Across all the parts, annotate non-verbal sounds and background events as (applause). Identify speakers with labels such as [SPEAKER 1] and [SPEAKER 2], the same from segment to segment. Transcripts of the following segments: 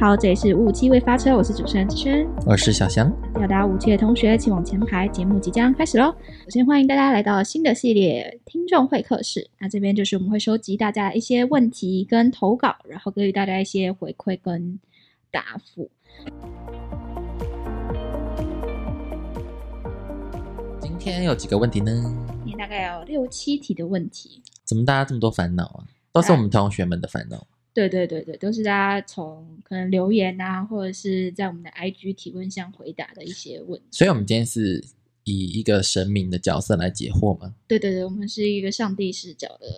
[SPEAKER 1] 好，这里是五期未发车，我是主持人子轩。
[SPEAKER 2] 我是小翔。
[SPEAKER 1] 表达五期的同学，请往前排，节目即将开始喽！首先欢迎大家来到新的系列听众会客室，那这边就是我们会收集大家一些问题跟投稿，然后给予大家一些回馈跟答复。
[SPEAKER 2] 今天有几个问题呢？
[SPEAKER 1] 今天大概有六七题的问题，
[SPEAKER 2] 怎么大家这么多烦恼啊？都是我们同学们的烦恼。
[SPEAKER 1] 对对对对，都是大家从可能留言啊，或者是在我们的 IG 提问箱回答的一些问题。
[SPEAKER 2] 所以我们今天是以一个神明的角色来解惑嘛。
[SPEAKER 1] 对对对，我们是一个上帝视角的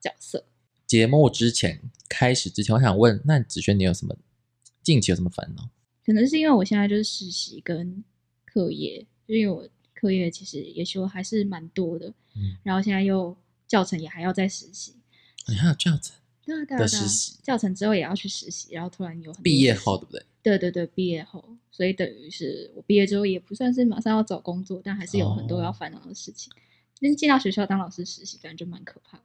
[SPEAKER 1] 角色。
[SPEAKER 2] 节目之前开始之前，我想问，那子轩你有什么近期有什么烦恼？
[SPEAKER 1] 可能是因为我现在就是实习跟课业，就因为我课业其实也修还是蛮多的，
[SPEAKER 2] 嗯
[SPEAKER 1] 然后现在又教程也还要再实习，
[SPEAKER 2] 你还有哎这样子，
[SPEAKER 1] 对啊对啊
[SPEAKER 2] 的
[SPEAKER 1] 对啊
[SPEAKER 2] 实习
[SPEAKER 1] 教程之后也要去实习，然后突然有很多
[SPEAKER 2] 毕业
[SPEAKER 1] 实习
[SPEAKER 2] 后对不对？
[SPEAKER 1] 对对对，毕业后，所以等于是我毕业之后也不算是马上要找工作，但还是有很多
[SPEAKER 2] 哦
[SPEAKER 1] 要烦恼的事情。但是进到学校当老师实习，感觉就蛮可怕的。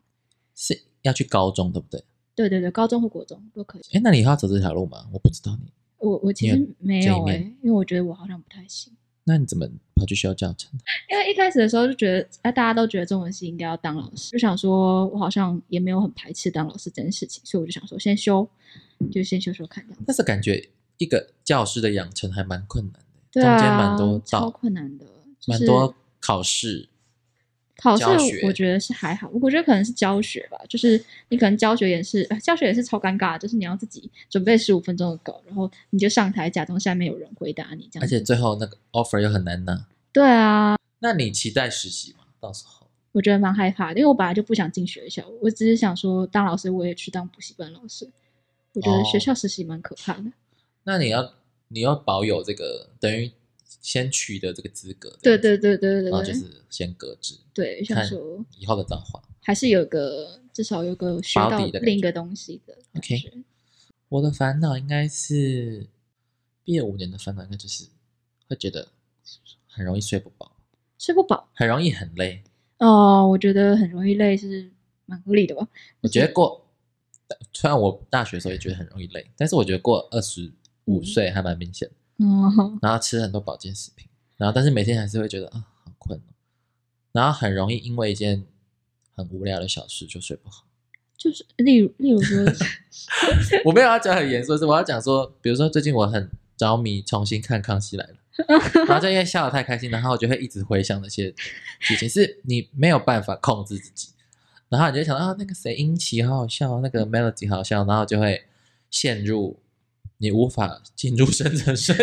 [SPEAKER 2] 是要去高中对不对？
[SPEAKER 1] 对对对，高中或国中都可以。
[SPEAKER 2] 哎，那你以后要走这条路吗？我不知道你，
[SPEAKER 1] 我我其
[SPEAKER 2] 你有
[SPEAKER 1] 实没
[SPEAKER 2] 这一
[SPEAKER 1] 有哎、
[SPEAKER 2] 面
[SPEAKER 1] 因为我觉得我好像不太行。
[SPEAKER 2] 那你怎么跑去修教程？
[SPEAKER 1] 因为一开始的时候就觉得，哎、大家都觉得中文系应该要当老师，就想说我好像也没有很排斥当老师这件事情，所以我就想说先修，就先修修看这样子。
[SPEAKER 2] 但是感觉一个教师的养成还蛮困难的，
[SPEAKER 1] 对
[SPEAKER 2] 中间蛮
[SPEAKER 1] 啊，
[SPEAKER 2] 多
[SPEAKER 1] 超
[SPEAKER 2] 道，
[SPEAKER 1] 困难的，就
[SPEAKER 2] 蛮
[SPEAKER 1] 是
[SPEAKER 2] 多考试。
[SPEAKER 1] 考试
[SPEAKER 2] 教学
[SPEAKER 1] 我觉得是还好，我觉得可能是教学吧，就是你可能教学也是、呃教学也是超尴尬的，就是你要自己准备十五分钟的稿，然后你就上台假装下面有人回答你这样
[SPEAKER 2] 而
[SPEAKER 1] 子。
[SPEAKER 2] 且最后那个 offer 又很难拿。
[SPEAKER 1] 对啊，
[SPEAKER 2] 那你期待实习吗？到时候
[SPEAKER 1] 我觉得蛮害怕的，因为我本来就不想进学校，我只是想说当老师我也去当补习班老师。我觉得
[SPEAKER 2] 哦
[SPEAKER 1] 学校实习蛮可怕的。
[SPEAKER 2] 那你要你要保有这个等于先取得这个资格，
[SPEAKER 1] 对对对对对
[SPEAKER 2] 然哦后就
[SPEAKER 1] 对，
[SPEAKER 2] 是先搁置
[SPEAKER 1] 对想
[SPEAKER 2] 看
[SPEAKER 1] 说
[SPEAKER 2] 以后的造化。
[SPEAKER 1] 还是有个至少有个学
[SPEAKER 2] 保
[SPEAKER 1] 到
[SPEAKER 2] 底的感
[SPEAKER 1] 另一
[SPEAKER 2] 觉
[SPEAKER 1] 个东西的感
[SPEAKER 2] OK
[SPEAKER 1] 觉。
[SPEAKER 2] 我的烦恼应该是毕业五年的烦恼，应该就是会觉得很容易睡不饱，
[SPEAKER 1] 睡不饱
[SPEAKER 2] 很容易很累。
[SPEAKER 1] 哦，我觉得很容易累是蛮合理的吧。
[SPEAKER 2] 我觉得过，虽然我大学的时候也觉得很容易累，但是我觉得过二十五岁还蛮明显的。
[SPEAKER 1] 哦，
[SPEAKER 2] 然后吃很多保健食品，然后但是每天还是会觉得啊好困哦，然后很容易因为一件很无聊的小事就睡不好。 (laughs)
[SPEAKER 1] 就是例如例如说
[SPEAKER 2] 我没有要讲很严肃的事，我要讲说，比如说最近我很着迷重新看《康熙来了》，然后就因为笑得太开心，然后我就会一直回想那些事情，是你没有办法控制自己，然后你就会想到啊那个谁英奇好好笑，啊那个 Melody 好好笑，然后就会陷入你无法进入深沉睡。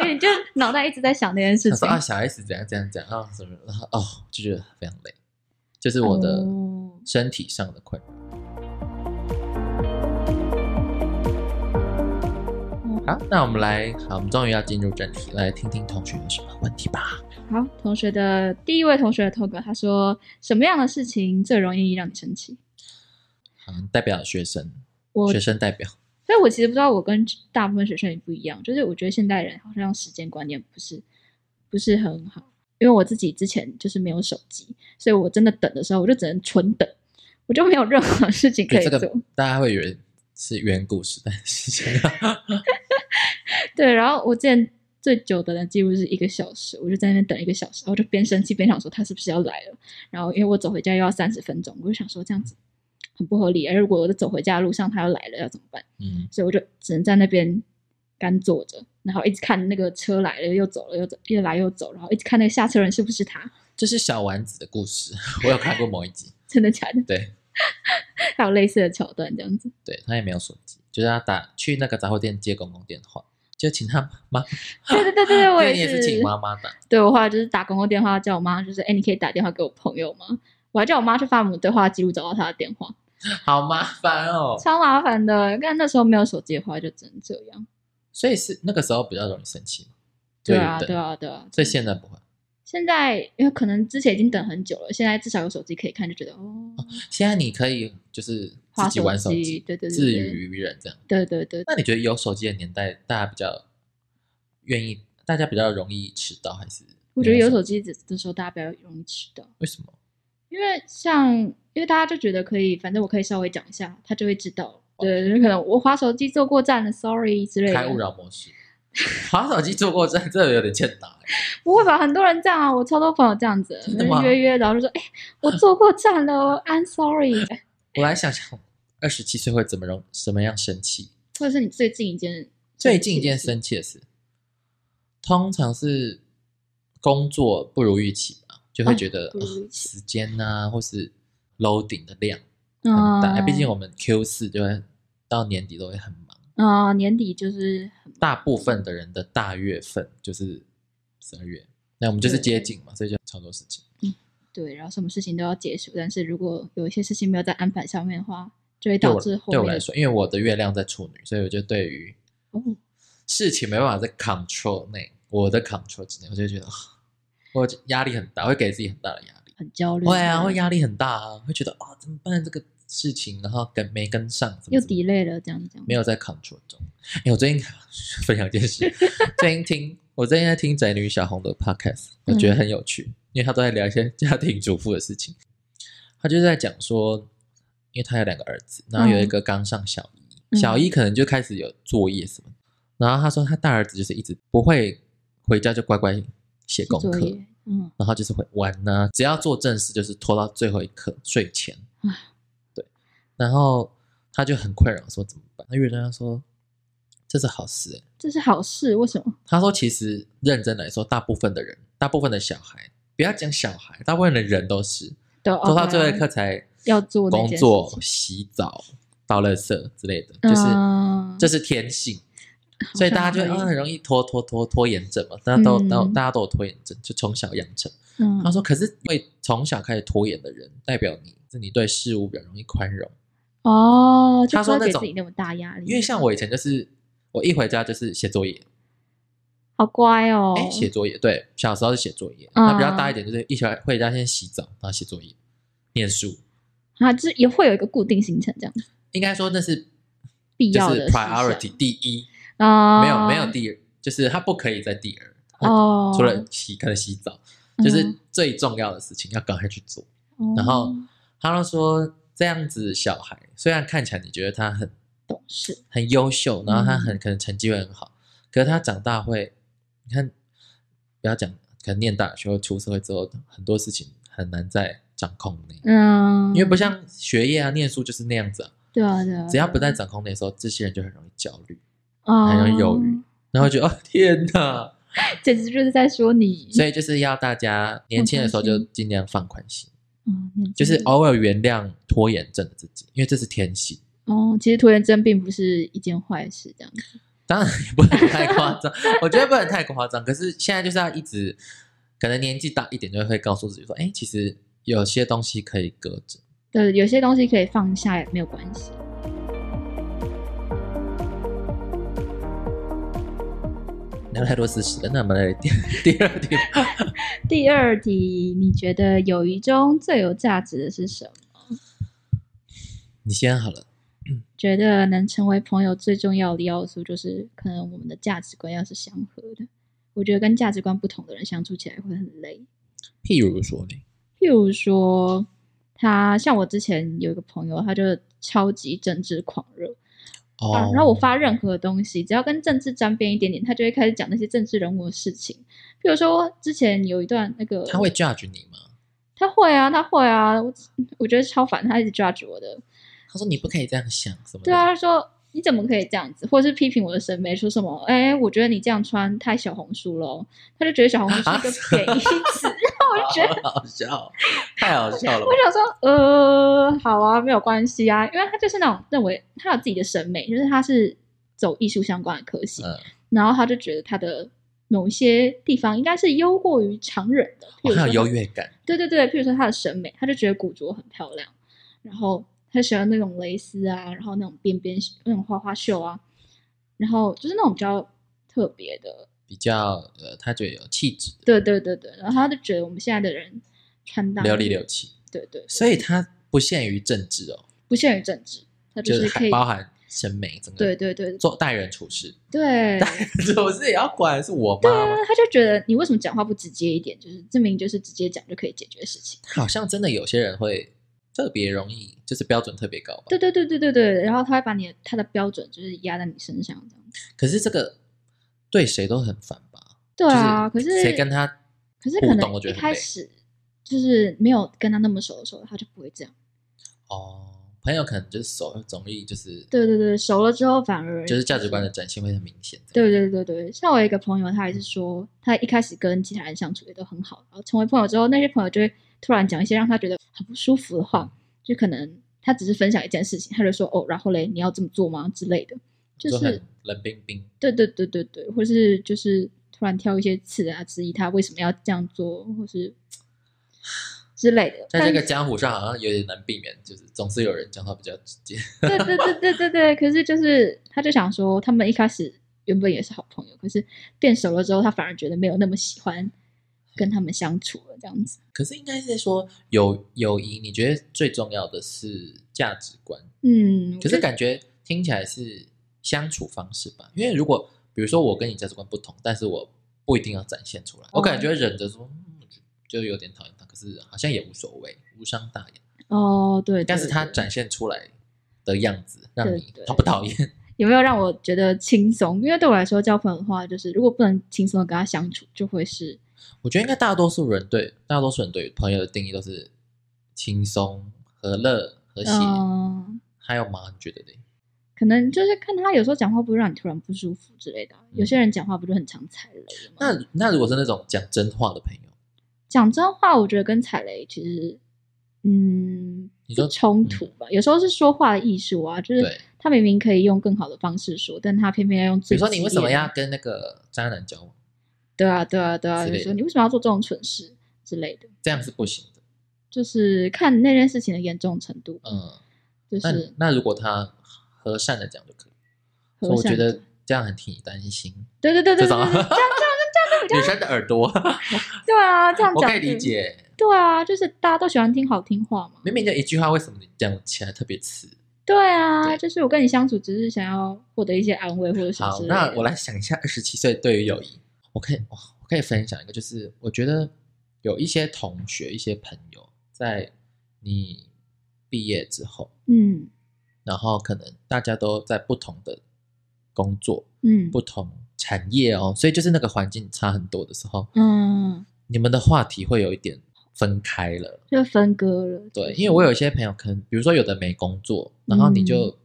[SPEAKER 1] 因为你就脑袋一直在想那件事
[SPEAKER 2] 他
[SPEAKER 1] 情
[SPEAKER 2] 说。啊，小 S 怎样怎样怎样啊，什么，然后哦，就觉得非常累，就是我的
[SPEAKER 1] 哦
[SPEAKER 2] 身体上的困扰。
[SPEAKER 1] 嗯
[SPEAKER 2] 好，那我们来，好，我们终于要进入正题，来听听同学有什么问题吧。
[SPEAKER 1] 好，同学的第一位同学的投稿，他说什么样的事情最容易让你生气？
[SPEAKER 2] 好，代表学生，
[SPEAKER 1] 我，
[SPEAKER 2] 学生代表，
[SPEAKER 1] 所以我其实不知道，我跟大部分学生也不一样，就是我觉得现代人好像时间观念不是不是很好，因为我自己之前就是没有手机，所以我真的等的时候，我就只能纯等，我就没有任何事情可以
[SPEAKER 2] 这
[SPEAKER 1] 做。
[SPEAKER 2] 个大家会以为是远古时代的事情，
[SPEAKER 1] 对，然后我之前最久的呢，记录是一个小时，我就在那边等一个小时，然后我就边生气边想说他是不是要来了，然后因为我走回家又要三十分钟，我就想说这样子很不合理，啊而如果我在走回家的路上他要来了要怎么办？
[SPEAKER 2] (laughs) 嗯，
[SPEAKER 1] 所以我就只能在那边干坐着，然后一直看那个车来了又走了又走，又来又走，然后一直看那个下车人是不是他，
[SPEAKER 2] 这是小丸子的故事，我有看过某一集，
[SPEAKER 1] 真的假的？
[SPEAKER 2] 对
[SPEAKER 1] (laughs) 还有类似的桥段这样子。
[SPEAKER 2] 对，他也没有手机，就是他打去那个杂货店接公共电话，就请他妈妈
[SPEAKER 1] 对 (laughs) 对
[SPEAKER 2] (laughs)
[SPEAKER 1] 对对对，我
[SPEAKER 2] 啊对，你
[SPEAKER 1] 也
[SPEAKER 2] 也
[SPEAKER 1] 是。
[SPEAKER 2] 是请妈妈打，
[SPEAKER 1] 对我后来就是打公共电话叫我妈，就是哎、诶你可以打电话给我朋友吗？我还叫我妈去翻我们对话记录找到他的电话，
[SPEAKER 2] 好麻烦哦。
[SPEAKER 1] 超麻烦的。但那时候没有手机的话，就只能这样。
[SPEAKER 2] 所以是那个时候比较容易生气嘛？
[SPEAKER 1] 对
[SPEAKER 2] 于
[SPEAKER 1] 啊，
[SPEAKER 2] 等
[SPEAKER 1] 对。啊，对啊。
[SPEAKER 2] 所以现在不会，
[SPEAKER 1] 现在因为可能之前已经等很久了，现在至少有手机可以看，就觉得哦，
[SPEAKER 2] 现在你可以就是自己玩手
[SPEAKER 1] 划手机对对对对
[SPEAKER 2] 自娱于人这样。
[SPEAKER 1] 对对对，
[SPEAKER 2] 那你觉得有手机的年代，大家比较愿意，大家比较容易迟到，还是
[SPEAKER 1] 我觉得有
[SPEAKER 2] 没
[SPEAKER 1] 手
[SPEAKER 2] 机
[SPEAKER 1] 机的的时候，大家比较容易迟到，
[SPEAKER 2] 为什么？
[SPEAKER 1] 因为像因为大家就觉得可以，反正我可以稍微讲一下，他就会知道，对，就是可能我滑手机坐过站了，sorry 之类的。
[SPEAKER 2] 哦开勿扰模式。滑手机坐过站，这有点欠打欸。
[SPEAKER 1] 不会吧？很多人这样啊，我超多朋友这样子，
[SPEAKER 2] 真的吗
[SPEAKER 1] 约约，然后就说：“哎、我坐过站了，I'm sorry。
[SPEAKER 2] (laughs)
[SPEAKER 1] 哎
[SPEAKER 2] 我来想想，二十七岁会怎么容什么样生气？”
[SPEAKER 1] 或者是你最近一件
[SPEAKER 2] 最近一件
[SPEAKER 1] 事，
[SPEAKER 2] 生气的事，通常是工作不如预期吧，就会觉得、
[SPEAKER 1] 哦不如预
[SPEAKER 2] 呃
[SPEAKER 1] 期
[SPEAKER 2] 时间呐、或是 loading 的量很大。哎
[SPEAKER 1] 嗯，
[SPEAKER 2] 毕竟我们 Q 四就会到年底都会很忙，
[SPEAKER 1] 嗯、年底就是
[SPEAKER 2] 大部分的人的大月份就是十二月，那我们就是
[SPEAKER 1] 对
[SPEAKER 2] 接近嘛，所以就超多事情。
[SPEAKER 1] 对，然后什么事情都要结束，但是如果有一些事情没有在安排上面的话，就会
[SPEAKER 2] 对
[SPEAKER 1] 导
[SPEAKER 2] 我
[SPEAKER 1] 致后
[SPEAKER 2] 对
[SPEAKER 1] 面
[SPEAKER 2] 我来说，因为我的月亮在处女，所以我就对于
[SPEAKER 1] 哦，
[SPEAKER 2] 事情没办法在 control 内，我的 control 之内，我就觉得啊我压力很大，会给自己很大的压力。
[SPEAKER 1] 很焦虑，
[SPEAKER 2] 会啊，会压力很大啊，会觉得啊、怎么办这个事情，然后跟没跟上，怎么
[SPEAKER 1] 又
[SPEAKER 2] 怎么
[SPEAKER 1] delay 了，这样这样，
[SPEAKER 2] 没有在 control 中。哎，我最近 (laughs) 分享一件事， (laughs) 最近听我最近在听宅女小红的 podcast，我
[SPEAKER 1] 嗯
[SPEAKER 2] 觉得很有趣，因为她都在聊一些家庭主妇的事情。她就是在讲说，因为她有两个儿子，然后有一个刚上小一，
[SPEAKER 1] 嗯
[SPEAKER 2] 小一可能就开始有作业什么，然后她说她大儿子就是一直不会回家就乖乖写功
[SPEAKER 1] 作
[SPEAKER 2] 课，
[SPEAKER 1] 业，嗯，
[SPEAKER 2] 然后就是会玩呐、只要做正事就是拖到最后一刻睡前
[SPEAKER 1] 唉。
[SPEAKER 2] 对，然后他就很困扰，说怎么办？他月亮说这是好事欸、
[SPEAKER 1] 这是好事，为什么？
[SPEAKER 2] 他说其实认真来说，大部分的人，大部分的小孩，不要讲小孩，大部分的人都是
[SPEAKER 1] 都
[SPEAKER 2] 拖到最后一刻才
[SPEAKER 1] 哦要做那
[SPEAKER 2] 工
[SPEAKER 1] 件事
[SPEAKER 2] 作、
[SPEAKER 1] 情
[SPEAKER 2] 洗澡、倒垃圾之类的，就是、
[SPEAKER 1] 嗯
[SPEAKER 2] 这是天性。所以大家就
[SPEAKER 1] 好像可
[SPEAKER 2] 啊
[SPEAKER 1] 以
[SPEAKER 2] 很容易拖拖拖拖延症嘛，大家都、都
[SPEAKER 1] 嗯
[SPEAKER 2] 大家都有拖延症，就从小养成。
[SPEAKER 1] 嗯，
[SPEAKER 2] 他说：“可是会从小开始拖延的人，代表你是你对事物比较容易宽容。
[SPEAKER 1] 哦，就
[SPEAKER 2] 他
[SPEAKER 1] 不
[SPEAKER 2] 说
[SPEAKER 1] 要
[SPEAKER 2] 那
[SPEAKER 1] 给
[SPEAKER 2] 种
[SPEAKER 1] 自己那么大压力，
[SPEAKER 2] 因为像我以前就是，我一回家就是写作业，
[SPEAKER 1] 好乖哦，
[SPEAKER 2] 哎、写作业，对，小时候是写作业。
[SPEAKER 1] 嗯
[SPEAKER 2] 那比较大一点就是一回回家先洗澡，然后写作业、念书。
[SPEAKER 1] 啊，就是也会有一个固定行程这样子，
[SPEAKER 2] 应该说那是
[SPEAKER 1] 必
[SPEAKER 2] 就
[SPEAKER 1] 要的
[SPEAKER 2] 是
[SPEAKER 1] 事项
[SPEAKER 2] priority 第一，
[SPEAKER 1] 啊，
[SPEAKER 2] 没有没有第二，就是它不可以在第二。
[SPEAKER 1] 哦，
[SPEAKER 2] 除了洗可能洗澡，
[SPEAKER 1] 嗯
[SPEAKER 2] 就是最重要的事情要赶快去做。然后
[SPEAKER 1] 哦
[SPEAKER 2] 他就说这样子小孩虽然看起来你觉得他很
[SPEAKER 1] 懂事，
[SPEAKER 2] 很优秀，
[SPEAKER 1] 嗯
[SPEAKER 2] 然后他很可能成绩会很好，可是他长大会，你看，不要讲，可能念大学或出社会之后，很多事情很难在掌控内，
[SPEAKER 1] 嗯，
[SPEAKER 2] 因为不像学业啊、念书就是那样子啊，
[SPEAKER 1] 对啊对啊，
[SPEAKER 2] 只要不
[SPEAKER 1] 对
[SPEAKER 2] 在掌控内的时候，这些人就很容易焦虑，
[SPEAKER 1] 啊
[SPEAKER 2] 很容易犹豫，然后觉 (laughs) 得哦天
[SPEAKER 1] 嗯
[SPEAKER 2] 哪，
[SPEAKER 1] 简直就是在说你，
[SPEAKER 2] 所以就是要大家年轻的时候就
[SPEAKER 1] 放宽
[SPEAKER 2] 尽量放宽心，
[SPEAKER 1] 嗯，你很
[SPEAKER 2] 就是
[SPEAKER 1] 聪
[SPEAKER 2] 偶尔原谅拖延症的自己，因为这是天性。
[SPEAKER 1] 明哦，其实拖延症并不是一件坏事，这样子，
[SPEAKER 2] 当然也不能太夸张， (laughs) 我觉得不能太夸张。可是现在就是要一直，可能年纪大一点就会告诉自己说，哎、其实有些东西可以搁着。
[SPEAKER 1] 对，有些东西可以放下也没有关系。
[SPEAKER 2] 聊太多事实了，那我们来第第二题。
[SPEAKER 1] 第二题，你觉得友谊中最有价值的是什么？
[SPEAKER 2] 你先好了，
[SPEAKER 1] 觉得能成为朋友最重要的要素，就是可能我们的价值观要是相合的。我觉得跟价值观不同的人相处起来会很累。
[SPEAKER 2] 譬如说呢，
[SPEAKER 1] 譬如说，他像我之前有一个朋友，他就超级政治狂热，
[SPEAKER 2] 哦，
[SPEAKER 1] (laughs) 啊，然后我发任何东西，只要跟政治沾边一点点，他就会开始讲那些政治人物的事情。譬如说，之前有一段那个，
[SPEAKER 2] 哦他会 judge 你吗？
[SPEAKER 1] 他会啊，他会啊，我我觉得超烦，他一直 judge 我的。
[SPEAKER 2] 他说你不可以这样想什么的。
[SPEAKER 1] 对啊，，他说你怎么可以这样子，或者是批评我的审美，说什么，哎、我觉得你这样穿太小红书喽，他就觉得小红书
[SPEAKER 2] 啊
[SPEAKER 1] 是一个贬义词，然后我就觉得。
[SPEAKER 2] 好好笑，太好 (laughs) 笑
[SPEAKER 1] (laughs)
[SPEAKER 2] 了吧
[SPEAKER 1] 我。想说，呃，好啊，没有关系啊，因为他就是那种认为他有自己的审美，就是他是走艺术相关的科系，
[SPEAKER 2] 嗯
[SPEAKER 1] 然后他就觉得他的某些地方应该是优过于常人的，譬
[SPEAKER 2] 我
[SPEAKER 1] 如
[SPEAKER 2] 很
[SPEAKER 1] 说
[SPEAKER 2] 有优越感，
[SPEAKER 1] 对对对，譬如说他的审美，他就觉得古着很漂亮，然后他喜欢那种蕾丝啊，然后那种边边那种花花袖啊，然后就是那种比较特别的，
[SPEAKER 2] 比较呃，他觉得有气质，
[SPEAKER 1] 对对对对，然后他就觉得我们现在的人穿搭
[SPEAKER 2] 流里流，气，
[SPEAKER 1] 对对，
[SPEAKER 2] 所以他不限于政治哦，
[SPEAKER 1] 不限于政治，他
[SPEAKER 2] 就
[SPEAKER 1] 就是
[SPEAKER 2] 是
[SPEAKER 1] 可
[SPEAKER 2] 还
[SPEAKER 1] 以，
[SPEAKER 2] 包含审美整个
[SPEAKER 1] 对对对
[SPEAKER 2] 做待人处事，
[SPEAKER 1] 对。
[SPEAKER 2] (laughs) 我是也要管是我
[SPEAKER 1] 对
[SPEAKER 2] 妈
[SPEAKER 1] 啊
[SPEAKER 2] 吗？，
[SPEAKER 1] 他就觉得你为什么讲话不直接一点？就是证明就是直接讲就可以解决事情。
[SPEAKER 2] 好像真的有些人会特别容易，就是标准特别高吧。
[SPEAKER 1] 对对对对对对，然后他会把你的他的标准就是压在你身上这样子。
[SPEAKER 2] 可是这个对谁都很烦吧？
[SPEAKER 1] 对啊，可
[SPEAKER 2] 就是谁跟他
[SPEAKER 1] 可是
[SPEAKER 2] 互
[SPEAKER 1] 可
[SPEAKER 2] 动
[SPEAKER 1] 能
[SPEAKER 2] 我觉
[SPEAKER 1] 一
[SPEAKER 2] 得很
[SPEAKER 1] 开
[SPEAKER 2] 累
[SPEAKER 1] 始就是没有跟他那么熟的时候，他就不会这样。
[SPEAKER 2] 哦，朋友可能就是手容易就是
[SPEAKER 1] 对对对，熟了之后反而
[SPEAKER 2] 就是价值观的展现会很明显。
[SPEAKER 1] 对对对对，像我有一个朋友，他也是说，他一开始跟其他人相处也都很好，然后成为朋友之后，那些朋友就会突然讲一些让他觉得很不舒服的话，就可能他只是分享一件事情，他就说哦，然后嘞，你要这么做吗之类的，就
[SPEAKER 2] 就是很冷冰冰。
[SPEAKER 1] 对对对对对，或是就是突然挑一些刺啊，质疑他为什么要这样做，或是之类的。
[SPEAKER 2] 在这个
[SPEAKER 1] 但
[SPEAKER 2] 江湖上，好像有点难避免，就是总是有人讲话比较直接。 (laughs)
[SPEAKER 1] 对对对对对对，可是就是他就想说，他们一开始原本也是好朋友，可是变熟了之后，他反而觉得没有那么喜欢跟他们相处了，这样子。
[SPEAKER 2] 可是应该是说友友谊，你觉得最重要的是价值观？
[SPEAKER 1] 嗯，
[SPEAKER 2] 可
[SPEAKER 1] 我觉
[SPEAKER 2] 是
[SPEAKER 1] 得
[SPEAKER 2] 感觉听起来是相处方式吧？因为如果比如说我跟你价值观不同，但是我不一定要展现出来，
[SPEAKER 1] 哦
[SPEAKER 2] 我感觉忍着说，嗯就有点讨厌他，可是好像也无所谓，无伤大雅。
[SPEAKER 1] 哦，对，对
[SPEAKER 2] 但是他
[SPEAKER 1] 对
[SPEAKER 2] 展现出来的样子，让你
[SPEAKER 1] 对对
[SPEAKER 2] 讨不讨厌？ (laughs)
[SPEAKER 1] 有没有让我觉得轻松？因为对我来说，交朋友的话，就是如果不能轻松的跟他相处，就会是
[SPEAKER 2] 我觉得应该大多数人对大多数人对朋友的定义都是轻松、和乐、和谐。
[SPEAKER 1] 嗯。
[SPEAKER 2] 还有吗？你觉得嘞？
[SPEAKER 1] 可能就是看他有时候讲话不会让你突然不舒服之类的啊、
[SPEAKER 2] 嗯
[SPEAKER 1] 有些人讲话不就很常踩雷吗？
[SPEAKER 2] 那那如果是那种讲真话的朋友，
[SPEAKER 1] 讲真话，我觉得跟踩雷其实，嗯，
[SPEAKER 2] 你说
[SPEAKER 1] 不冲突吧。有时候是说话的艺术啊，就是
[SPEAKER 2] 嗯对，
[SPEAKER 1] 他明明可以用更好的方式说，但他偏偏要用
[SPEAKER 2] 比
[SPEAKER 1] 最
[SPEAKER 2] 如说你为什么
[SPEAKER 1] 激烈
[SPEAKER 2] 要
[SPEAKER 1] 的？
[SPEAKER 2] 跟那个渣男交往？
[SPEAKER 1] 对啊，对啊，对啊，
[SPEAKER 2] 之
[SPEAKER 1] 就
[SPEAKER 2] 类的
[SPEAKER 1] 是说你为什么要做这种蠢事之类的，
[SPEAKER 2] 这样是不行的。
[SPEAKER 1] 就是看那件事情的严重程度，
[SPEAKER 2] 嗯，
[SPEAKER 1] 就
[SPEAKER 2] 那
[SPEAKER 1] 是
[SPEAKER 2] 那如果他和善的讲就可以，所以
[SPEAKER 1] 和
[SPEAKER 2] 我觉
[SPEAKER 1] 善。
[SPEAKER 2] 得这样很替你担心。
[SPEAKER 1] 对对对对对，对这
[SPEAKER 2] 这种
[SPEAKER 1] 样这样这样就
[SPEAKER 2] 女
[SPEAKER 1] 比较
[SPEAKER 2] 生的耳朵，
[SPEAKER 1] 对啊，这样
[SPEAKER 2] (laughs) 我
[SPEAKER 1] 讲
[SPEAKER 2] 可以理
[SPEAKER 1] 对。
[SPEAKER 2] 解。
[SPEAKER 1] 对啊，就是大家都喜欢听好听话嘛。
[SPEAKER 2] 明明就一句话，为什么你讲起来特别刺？
[SPEAKER 1] 对啊，
[SPEAKER 2] 对
[SPEAKER 1] 就是我跟你相处，只是想要获得一些安慰或者什么
[SPEAKER 2] 好
[SPEAKER 1] 之，类的。
[SPEAKER 2] 那我来想一下二十七岁对于友谊，我可以哇，我可以分享一个，就是我觉得有一些同学、一些朋友，在你毕业之后，
[SPEAKER 1] 嗯
[SPEAKER 2] 然后可能大家都在不同的工作、
[SPEAKER 1] 嗯
[SPEAKER 2] 不同产业哦，所以就是那个环境差很多的时候，
[SPEAKER 1] 嗯。
[SPEAKER 2] 你们的话题会有一点分开了。
[SPEAKER 1] 就分割了。
[SPEAKER 2] 对，
[SPEAKER 1] 就是
[SPEAKER 2] 因为我有一些朋友，可能比如说有的没工作，然后你就，
[SPEAKER 1] 嗯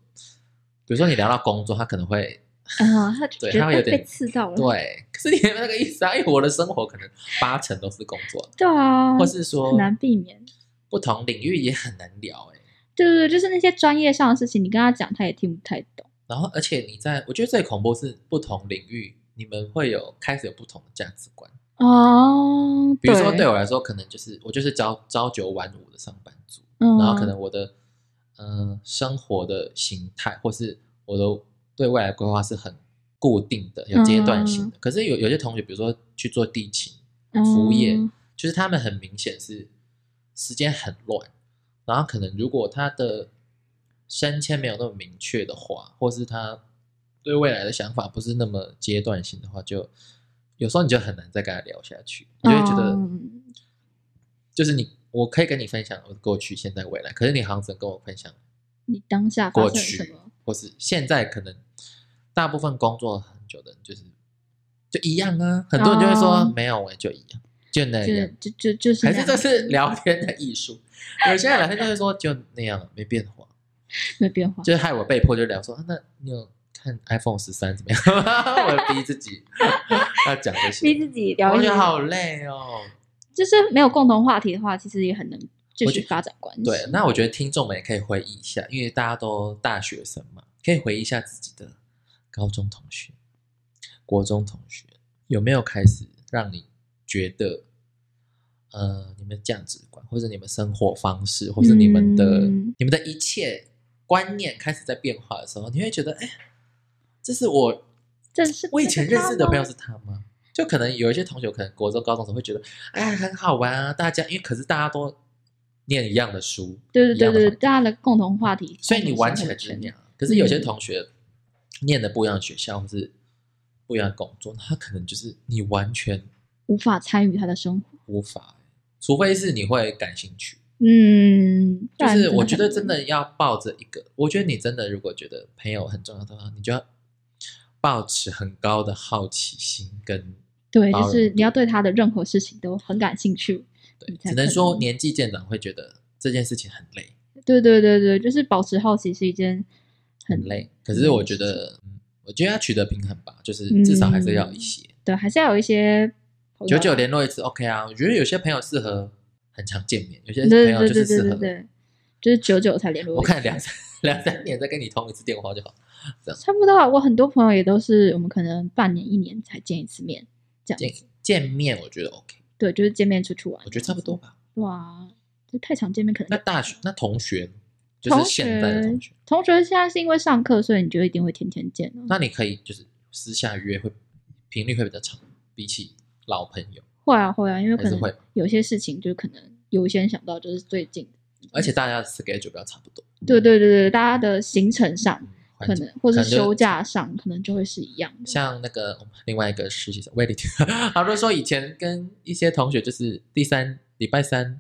[SPEAKER 2] 比如说你聊到工作，他可能
[SPEAKER 1] (laughs)
[SPEAKER 2] 会
[SPEAKER 1] 啊，他就
[SPEAKER 2] 对
[SPEAKER 1] 觉得
[SPEAKER 2] 他会有
[SPEAKER 1] 被被
[SPEAKER 2] 点
[SPEAKER 1] 刺到了。
[SPEAKER 2] 对，可是你也没有那个意思啊，因为我的生活可能八成都是工作，
[SPEAKER 1] 对啊，
[SPEAKER 2] 或是说
[SPEAKER 1] 很难避免。
[SPEAKER 2] 不同领域也很难聊哎、
[SPEAKER 1] 对对对，就是那些专业上的事情，你跟他讲，他也听不太懂。
[SPEAKER 2] 然后而且你在我觉得最恐怖是不同领域，你们会有开始有不同的价值观。
[SPEAKER 1] 哦，
[SPEAKER 2] 比如说对
[SPEAKER 1] 对，
[SPEAKER 2] 我来说，可能就是我就是朝朝九晚五的上班族，
[SPEAKER 1] 嗯
[SPEAKER 2] 然后可能我的嗯、呃生活的形态，或是我的对未来规划是很固定的，有阶段性的。可是有有些同学，比如说去做地勤，服务业
[SPEAKER 1] 嗯嗯
[SPEAKER 2] 就是他们很明显是时间很乱，然后可能如果他的升迁没有那么明确的话，或是他对未来的想法不是那么阶段性的话，就有时候你就很难再跟他聊下去，你就会觉得、
[SPEAKER 1] 嗯
[SPEAKER 2] 就是你我可以跟你分享我的过去、现在、未来，可是你好像只能跟我分享
[SPEAKER 1] 你当下发
[SPEAKER 2] 过
[SPEAKER 1] 生了什
[SPEAKER 2] 去
[SPEAKER 1] 么？，
[SPEAKER 2] 或是现在可能大部分工作很久的人就是就一样啊，很多人就会说、
[SPEAKER 1] 哦
[SPEAKER 2] 没有我就一样，就那
[SPEAKER 1] 就
[SPEAKER 2] 样。
[SPEAKER 1] 就就就是
[SPEAKER 2] 还
[SPEAKER 1] 那
[SPEAKER 2] 是
[SPEAKER 1] 样
[SPEAKER 2] 这是聊天的艺术。有些人聊天就会说就那样，没变化，
[SPEAKER 1] 没变化。
[SPEAKER 2] 就是害我被迫就聊说，啊那你有看 iPhone 十三怎么样？ (laughs) 我逼自己 (laughs) 要讲这
[SPEAKER 1] 逼
[SPEAKER 2] 些，
[SPEAKER 1] 自己聊
[SPEAKER 2] 我
[SPEAKER 1] 一
[SPEAKER 2] 觉得
[SPEAKER 1] 聊，
[SPEAKER 2] 好累哦。
[SPEAKER 1] 就是没有共同话题的话，其实也很能继
[SPEAKER 2] 我
[SPEAKER 1] 续
[SPEAKER 2] 觉
[SPEAKER 1] 发展关系。
[SPEAKER 2] 对，那我觉得听众们也可以回忆一下，因为大家都大学生嘛，可以回忆一下自己的高中同学、国中同学，有没有开始让你觉得，呃，你们价值观，或者你们生活方式，或者你们的、
[SPEAKER 1] 嗯
[SPEAKER 2] 你们的一切观念开始在变化的时候，你会觉得，哎，这是我
[SPEAKER 1] 这是
[SPEAKER 2] 我以前认识的朋友
[SPEAKER 1] 这
[SPEAKER 2] 是他吗？就可能有一些同学，可能国中、高中时候会觉得，哎，很好玩啊，大家因为可是大家都念一样的书，
[SPEAKER 1] 是他
[SPEAKER 2] 一
[SPEAKER 1] 吗对对
[SPEAKER 2] 样的
[SPEAKER 1] 对对，
[SPEAKER 2] 环境
[SPEAKER 1] 大家的共同话题，
[SPEAKER 2] 所以你玩起来
[SPEAKER 1] 共同
[SPEAKER 2] 就是
[SPEAKER 1] 生活
[SPEAKER 2] 那
[SPEAKER 1] 圈
[SPEAKER 2] 样。嗯可是有些同学念的不一样的学校，或是不一样的工作，他可能就是你完全
[SPEAKER 1] 无法参与他的生活。
[SPEAKER 2] 无法，除非是你会感兴趣，
[SPEAKER 1] 嗯，不
[SPEAKER 2] 就
[SPEAKER 1] 然
[SPEAKER 2] 是我觉得
[SPEAKER 1] 很
[SPEAKER 2] 真的要抱着一个，我觉得你真的如果觉得朋友很重要的话，你就要抱持很高的好奇心跟
[SPEAKER 1] 对，
[SPEAKER 2] 包
[SPEAKER 1] 就
[SPEAKER 2] 容
[SPEAKER 1] 是你要
[SPEAKER 2] 度
[SPEAKER 1] 对他的任何事情都很感兴趣。
[SPEAKER 2] 对，
[SPEAKER 1] 你才
[SPEAKER 2] 只能
[SPEAKER 1] 可
[SPEAKER 2] 说
[SPEAKER 1] 能
[SPEAKER 2] 年纪渐长会觉得这件事情很累，
[SPEAKER 1] 对对对对，就是保持好奇是一件
[SPEAKER 2] 很
[SPEAKER 1] 很，
[SPEAKER 2] 累。可是我
[SPEAKER 1] 嗯
[SPEAKER 2] 觉得，嗯我觉得要取得平衡吧，就是至少还是要有一些，
[SPEAKER 1] 对，还是要有一些朋友
[SPEAKER 2] 久久联络一次 OK 啊。我觉得有些朋友适合很常见面，有些
[SPEAKER 1] 对对
[SPEAKER 2] 朋友
[SPEAKER 1] 对
[SPEAKER 2] 就
[SPEAKER 1] 对
[SPEAKER 2] 是
[SPEAKER 1] 对
[SPEAKER 2] 适
[SPEAKER 1] 对
[SPEAKER 2] 合
[SPEAKER 1] 对，就是久久才联络一次。
[SPEAKER 2] 我看两三两三年再跟你通一次电话就好，
[SPEAKER 1] 差不多啊，我很多朋友也都是我们可能半年一年才见一次面，这样
[SPEAKER 2] 见
[SPEAKER 1] 子。
[SPEAKER 2] 见面我觉得 OK，
[SPEAKER 1] 对，就是见面出去玩。
[SPEAKER 2] 我觉得差不多。吧。
[SPEAKER 1] 哇，这太常见面可能
[SPEAKER 2] 那大学那同学就是
[SPEAKER 1] 同
[SPEAKER 2] 现在的同学，
[SPEAKER 1] 同学现在是因为上课，所以你就一定会天天见啊。
[SPEAKER 2] 那你可以就是私下约会频率会比较长，比起老朋友
[SPEAKER 1] 会啊会啊，因为
[SPEAKER 2] 还
[SPEAKER 1] 可
[SPEAKER 2] 是
[SPEAKER 1] 能
[SPEAKER 2] 会，
[SPEAKER 1] 有些事情就可能有一些人想到就是最近的。
[SPEAKER 2] 而且大家的 schedule 比较差不多，
[SPEAKER 1] 嗯对对对对，大家的行程上
[SPEAKER 2] 嗯
[SPEAKER 1] 可
[SPEAKER 2] 环境
[SPEAKER 1] 能或是
[SPEAKER 2] 可能就
[SPEAKER 1] 休假上可能就会是一样的。
[SPEAKER 2] 像那个我们另外一个实习生威利，他就说以前跟一些同学就是第三礼拜三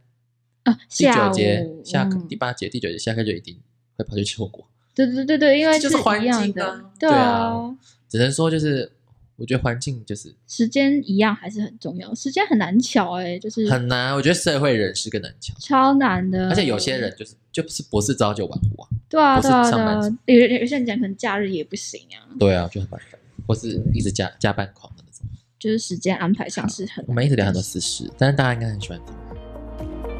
[SPEAKER 1] 啊，
[SPEAKER 2] 第
[SPEAKER 1] 下
[SPEAKER 2] 九
[SPEAKER 1] 午
[SPEAKER 2] 节下课、
[SPEAKER 1] 嗯
[SPEAKER 2] 第八节第九节下课就一定会跑去吃火锅，
[SPEAKER 1] 对对对对，因为
[SPEAKER 2] 就是是环
[SPEAKER 1] 一样
[SPEAKER 2] 境
[SPEAKER 1] 的，
[SPEAKER 2] 啊
[SPEAKER 1] 对
[SPEAKER 2] 对啊只能说就是我觉得环境就是
[SPEAKER 1] 时间一样还是很重要，时间很难巧哎、就是
[SPEAKER 2] 很难，我觉得社会人是个难抢，
[SPEAKER 1] 超难的。
[SPEAKER 2] 而且有些人就是就是博士早九晚五啊，
[SPEAKER 1] 对啊
[SPEAKER 2] 不
[SPEAKER 1] 对
[SPEAKER 2] 是
[SPEAKER 1] 啊对
[SPEAKER 2] 上班
[SPEAKER 1] 啊，有有有些人讲可能假日也不行啊，
[SPEAKER 2] 对啊，就很麻烦，或是一直加加班狂的那种。
[SPEAKER 1] 就是时间安排上是很
[SPEAKER 2] 我们一直聊很多私事，但是大家应该很喜欢听。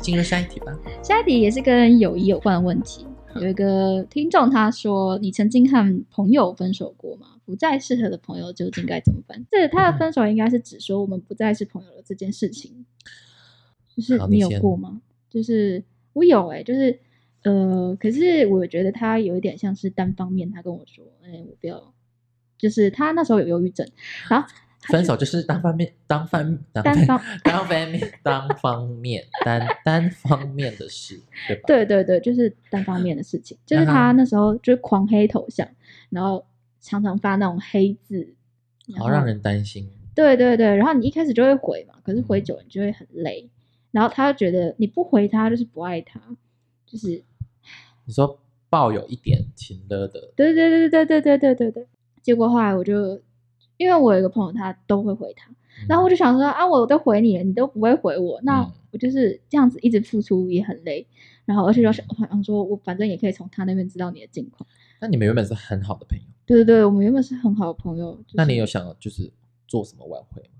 [SPEAKER 2] 进入下一题吧。
[SPEAKER 1] 下一题也是跟友谊有关的问题。
[SPEAKER 2] 嗯
[SPEAKER 1] 有一个听众他说：“你曾经和朋友分手过吗？不再适合的朋友究竟该怎么办？”这个他的分手应该是指说我们不再是朋友了这件事情。就是
[SPEAKER 2] 好
[SPEAKER 1] 你
[SPEAKER 2] 你
[SPEAKER 1] 有
[SPEAKER 2] 先
[SPEAKER 1] 过吗？就是我有哎、就是呃，可是我觉得他有一点像是单方面，他跟我说：“哎、我不要。”就是他那时候有忧郁症，
[SPEAKER 2] (laughs)
[SPEAKER 1] 然后他
[SPEAKER 2] 分
[SPEAKER 1] 就
[SPEAKER 2] 手就是单方面、单方、单
[SPEAKER 1] 单方
[SPEAKER 2] 单方面、 (laughs) 单方面、单单方面的事，对吧？
[SPEAKER 1] 对对对，就是单方面的事情，就是他
[SPEAKER 2] 啊
[SPEAKER 1] 那时候就是狂黑头像，然后常常发那种黑字，然
[SPEAKER 2] 好
[SPEAKER 1] 后
[SPEAKER 2] 让人担心。
[SPEAKER 1] 对对对，然后你一开始就会回嘛，可是回久了你就会很累，然后他就觉得你不回他就是不爱他，就是
[SPEAKER 2] 你说抱有一点情勒的，
[SPEAKER 1] 对对对对对对对对对，结果后来我就因为我有一个朋友他都会回他，
[SPEAKER 2] 嗯
[SPEAKER 1] 然后我就想说啊，我都回你了，你都不会回我，那
[SPEAKER 2] 嗯
[SPEAKER 1] 我就是这样子一直付出也很累，然后而且就是我想说我反正也可以从他那边知道你的近况。
[SPEAKER 2] 那你们原本是很好的朋友，
[SPEAKER 1] 对对对，我们原本是很好的朋友。就是
[SPEAKER 2] 那你有？想就是做什么挽回吗？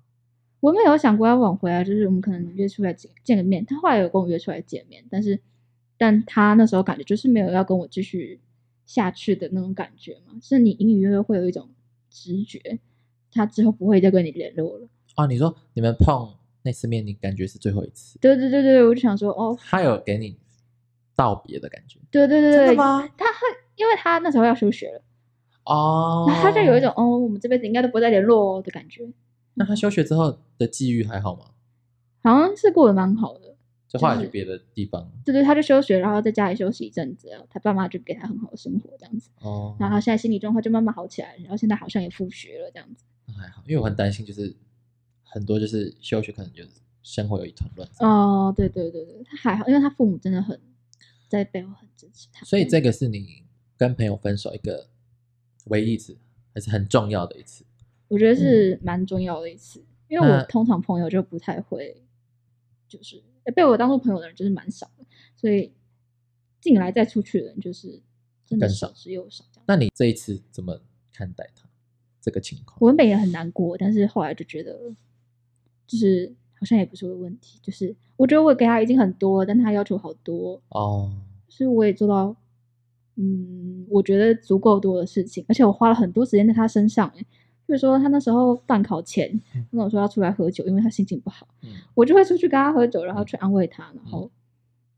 [SPEAKER 1] 我没有想过要挽回啊，就是我们可能约出来见见个面，他后来有跟我约出来见面，但是但他那时候感觉就是没有要跟我继续下去的那种感觉嘛，是你隐隐约约会有一种直觉，他之后不会再跟你联络了。
[SPEAKER 2] 哦，你说你们碰那次面，你感觉是最后一次，
[SPEAKER 1] 对对对对，我就想说哦，
[SPEAKER 2] 他有给你道别的感觉，
[SPEAKER 1] 对对对对，他
[SPEAKER 2] 吗？
[SPEAKER 1] 会因为他那时候要休学了，
[SPEAKER 2] 哦，
[SPEAKER 1] 然后 (laughs) 他就有一种，哦，我们这辈子应该都不会再联络、哦、的感觉，
[SPEAKER 2] 那他休学之后的际遇还好吗？
[SPEAKER 1] 好像是过得蛮好的。
[SPEAKER 2] 就后来
[SPEAKER 1] 就
[SPEAKER 2] 去
[SPEAKER 1] 是
[SPEAKER 2] 别的地方
[SPEAKER 1] 对对，他就休学，然后在家里休息一阵子，然后他爸妈就给他很好的生活这样子，
[SPEAKER 2] 哦，
[SPEAKER 1] 然后他现在心理状况就慢慢好起来，然后现在好像也复学了这样子。
[SPEAKER 2] 那还好，因为我很担心，就是很多就是休学可能就是生活有一团乱，
[SPEAKER 1] 哦，对对对对，他还好，因为他父母真的很在背后很支持他，
[SPEAKER 2] 所以这个是你跟朋友分手一个唯一一次，还是很重要的一次。
[SPEAKER 1] 我觉得是蛮重要的一次，因为我
[SPEAKER 2] 嗯那
[SPEAKER 1] 通常朋友就不太会，就是被我当做朋友的人就是蛮少的，所以进来再出去的人就是真的
[SPEAKER 2] 更
[SPEAKER 1] 少
[SPEAKER 2] 少
[SPEAKER 1] 之又少这样。
[SPEAKER 2] 那你这一次怎么看待他这个情况？
[SPEAKER 1] 我原本也很难过，但是后来就觉得，就是好像也不是我的问题，就是我觉得我给他已经很多了，但他要求好多，
[SPEAKER 2] 哦，
[SPEAKER 1] 就是我也做到，嗯，我觉得足够多的事情，而且我花了很多时间在他身上、欸，比如说他那时候办考前
[SPEAKER 2] 嗯
[SPEAKER 1] 跟我说要出来喝酒，因为他心情不好，
[SPEAKER 2] 嗯
[SPEAKER 1] 我就会出去跟他喝酒，然后去安慰他，然后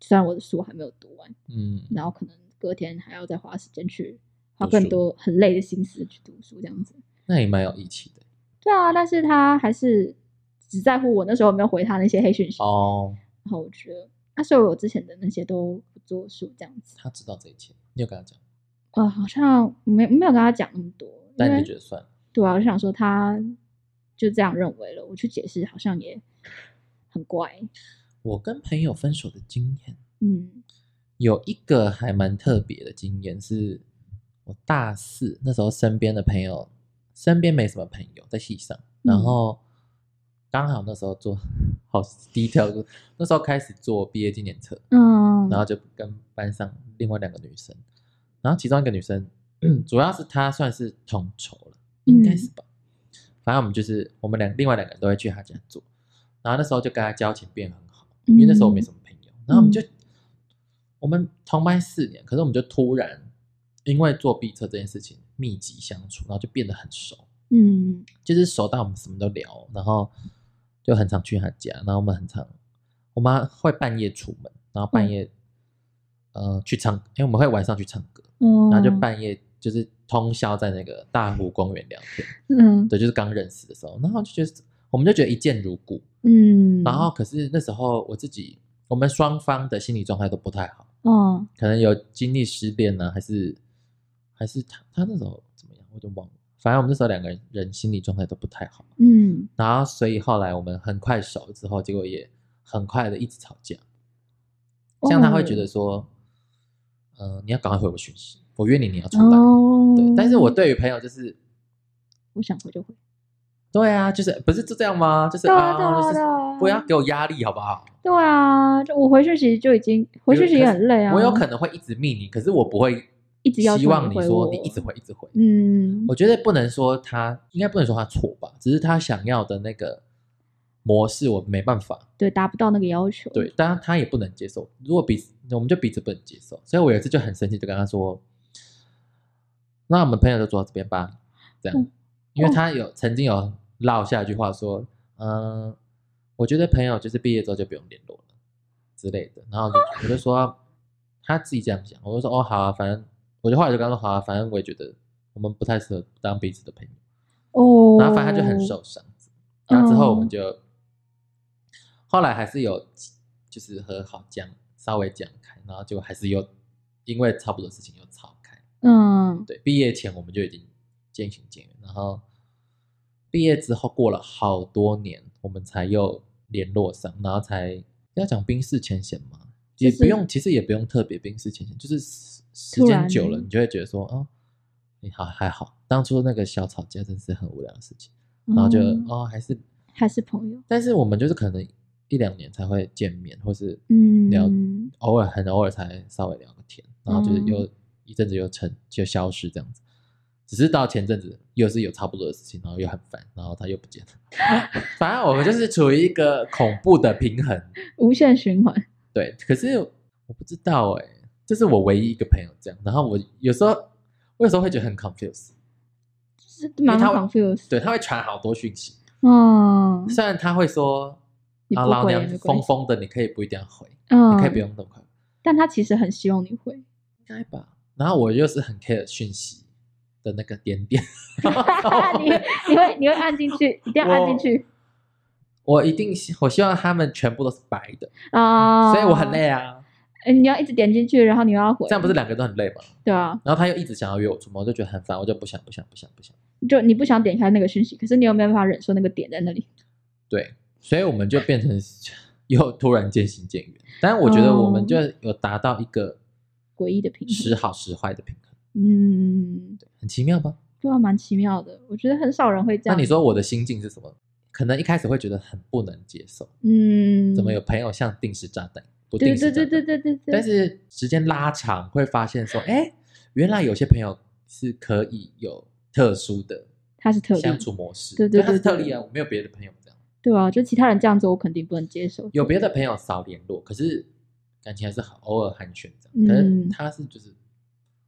[SPEAKER 1] 虽然我的书还没有读完，
[SPEAKER 2] 嗯，
[SPEAKER 1] 然后可能隔天还要再花时间去花
[SPEAKER 2] 读书
[SPEAKER 1] 更多很累的心思去读书这样子。
[SPEAKER 2] 那也蛮有义气的
[SPEAKER 1] 对啊，但是他还是只在乎我那时候有没有回他那些黑讯息，
[SPEAKER 2] 哦。
[SPEAKER 1] 然后我觉得，那、所以我之前的那些都不作数这样子。
[SPEAKER 2] 他知道这一切，你有跟他讲，
[SPEAKER 1] 呃，好像没没有跟他讲那么多，因
[SPEAKER 2] 但你
[SPEAKER 1] 为
[SPEAKER 2] 就觉得算了，
[SPEAKER 1] 对啊，我就想说他就这样认为了。我去解释好像也很怪，
[SPEAKER 2] 我跟朋友分手的经验，
[SPEAKER 1] 嗯
[SPEAKER 2] 有一个还蛮特别的经验，是我大四那时候身边的朋友，身边没什么朋友在系上，然后刚好那时候做好低调，那时候开始做毕业纪念册，
[SPEAKER 1] 嗯，
[SPEAKER 2] 然后就跟班上另外两个女生，然后其中一个女生， (clears throat) 主要是她算是统筹了，应该是吧。反正我们就是我们两另外两个人都会去她家做，然后那时候就跟她交情变很好，因为那时候我没什么朋友，然后我们就、我们同班四年，可是我们就突然因为做毕测这件事情密集相处，然后就变得很熟，
[SPEAKER 1] 嗯
[SPEAKER 2] 就是熟到我们什么都聊，然后就很常去他家，然后我们很常，我妈会半夜出门，然后半夜、呃去唱，因为我们会晚上去唱歌，
[SPEAKER 1] 嗯，
[SPEAKER 2] 然后就半夜就是通宵在那个大湖公园聊天，
[SPEAKER 1] 嗯
[SPEAKER 2] 对，就是刚认识的时候，然后就觉得我们就觉得一见如故，
[SPEAKER 1] 嗯，
[SPEAKER 2] 然后可是那时候我自己，我们双方的心理状态都不太好，
[SPEAKER 1] 嗯
[SPEAKER 2] 可能有经历失恋呢、还是还是他他那时候怎么样，我就忘了。反正我们那时候两个人人心理状态都不太好，
[SPEAKER 1] 嗯
[SPEAKER 2] 然后所以后来我们很快熟了之后，结果也很快的一直吵架。像他会
[SPEAKER 1] 哦
[SPEAKER 2] 觉得说，呃，你要赶快回我讯息，我约你，你要出来。
[SPEAKER 1] 哦，
[SPEAKER 2] 对，但是我对于朋友就是，
[SPEAKER 1] 我想回就回，
[SPEAKER 2] 对啊，就是不是就这样吗？就是
[SPEAKER 1] 对啊对啊
[SPEAKER 2] 就是
[SPEAKER 1] 对啊
[SPEAKER 2] 不要给我压力好不好？
[SPEAKER 1] 对啊，就我回去其实就已经回去其实也很累啊，
[SPEAKER 2] 我有可能会一直密你，可是我不会
[SPEAKER 1] 一直要求
[SPEAKER 2] 希望
[SPEAKER 1] 你
[SPEAKER 2] 你
[SPEAKER 1] 回
[SPEAKER 2] 说
[SPEAKER 1] 我
[SPEAKER 2] 你一直回一直回。
[SPEAKER 1] 嗯
[SPEAKER 2] 我觉得不能说他，应该不能说他错吧，只是他想要的那个模式我没办法。
[SPEAKER 1] 对达不到那个要求，
[SPEAKER 2] 对，当然他也不能接受。如果彼此，我们就彼此不能接受。所以我有一次就很生气，就跟他说：“那我们朋友就坐到这边吧。”这样，
[SPEAKER 1] 嗯
[SPEAKER 2] 因为他有曾经有落下一句话说：“嗯、我觉得朋友就是毕业之后就不用联络了之类的。”然后我就我就说他自己这样想，我就说：“哦，好啊，反正我就后来就跟他说：好啊，反正我也觉得我们不太适合当彼此的朋友。”
[SPEAKER 1] 哦，
[SPEAKER 2] 然后反正他就很受伤。然后之后我们就、后来还是有就是和好讲，稍微讲开，然后就还是又因为差不多事情又吵开。
[SPEAKER 1] 嗯
[SPEAKER 2] 对，毕业前我们就已经渐行渐远，然后毕业之后过了好多年，我们才又联络上，然后才要讲冰释前嫌嘛，也
[SPEAKER 1] 就是
[SPEAKER 2] 不用，其实也不用特别冰释前嫌，就是时时
[SPEAKER 1] 突
[SPEAKER 2] 间
[SPEAKER 1] 然
[SPEAKER 2] 久了，你就会觉得说，哦，你好还好，当初那个小吵架真是很无聊的事情，然后就、
[SPEAKER 1] 嗯
[SPEAKER 2] 哦还是，
[SPEAKER 1] 还是朋友，
[SPEAKER 2] 但是我们就是可能一两年才会见面，或是
[SPEAKER 1] 嗯，
[SPEAKER 2] 聊偶尔很偶尔才稍微聊个天，然后就是
[SPEAKER 1] 哦
[SPEAKER 2] 又、一阵子又成就消失这样子。只是到前阵子又是有差不多的事情，然后又很烦，然后他又不见了。 (laughs) 反正我们就是处于一个恐怖的平衡，
[SPEAKER 1] 无限循环，
[SPEAKER 2] 对。可是我不知道哎、这是我唯一一个朋友这样。然后我有时候我有时候会觉得很 confused，
[SPEAKER 1] 是蛮
[SPEAKER 2] 因为他
[SPEAKER 1] confused，
[SPEAKER 2] 对他会传好多讯息，
[SPEAKER 1] 嗯
[SPEAKER 2] 虽然他会说
[SPEAKER 1] 你
[SPEAKER 2] 啊
[SPEAKER 1] 不
[SPEAKER 2] 老
[SPEAKER 1] 回
[SPEAKER 2] 娘
[SPEAKER 1] 也没关
[SPEAKER 2] 疯
[SPEAKER 1] 系
[SPEAKER 2] 疯的，你可以不一定要回，
[SPEAKER 1] 嗯，
[SPEAKER 2] 你可以不用那么快，
[SPEAKER 1] 但他其实很希望你
[SPEAKER 2] (laughs)
[SPEAKER 1] 回，
[SPEAKER 2] 应该吧。然后我又是很 care 讯息的那个点点， (laughs)
[SPEAKER 1] 你你会你会按进去，一定要按进去
[SPEAKER 2] 我一定希我希望他们全部都是白的，
[SPEAKER 1] 啊，
[SPEAKER 2] 所以我很累啊。
[SPEAKER 1] 哎，你要一直点进去，然后你又要回，
[SPEAKER 2] 这样不是两个都很累吗？
[SPEAKER 1] 对啊，
[SPEAKER 2] 然后他又一直想要约我出门，我就觉得很烦，我就不想不想不想不想。
[SPEAKER 1] 就你不想点开那个讯息，可是你又没有办法忍受那个点在那里，
[SPEAKER 2] 对，所以我们就变成 (laughs) 又突然渐行渐远。但我觉得我
[SPEAKER 1] 哦
[SPEAKER 2] 们就有达到一个
[SPEAKER 1] 诡异的平
[SPEAKER 2] 时
[SPEAKER 1] 衡，
[SPEAKER 2] 好时坏的平衡，
[SPEAKER 1] 嗯，
[SPEAKER 2] 很奇妙吧？
[SPEAKER 1] 对啊，蛮奇妙的，我觉得很少人会这
[SPEAKER 2] 那
[SPEAKER 1] 样。
[SPEAKER 2] 你说我的心境是什么？可能一开始会觉得很不能接受，
[SPEAKER 1] 嗯，
[SPEAKER 2] 怎么有朋友像定时炸弹，不
[SPEAKER 1] 对？
[SPEAKER 2] 定
[SPEAKER 1] 对
[SPEAKER 2] 时炸
[SPEAKER 1] 对
[SPEAKER 2] 弹。
[SPEAKER 1] 对对对对。
[SPEAKER 2] 但是时间拉长会发现说，哎，原来有些朋友是可以有特殊的
[SPEAKER 1] 他是特例，
[SPEAKER 2] 相处模式，
[SPEAKER 1] 对对
[SPEAKER 2] 他是
[SPEAKER 1] 对
[SPEAKER 2] 特
[SPEAKER 1] 对
[SPEAKER 2] 例啊，我没有别的朋友这样，
[SPEAKER 1] 对啊，就其他人这样做，我肯定不能接受。
[SPEAKER 2] 有别的朋友少联络，可是感情还是好，偶尔寒暄这
[SPEAKER 1] 嗯
[SPEAKER 2] 样，可是他是就是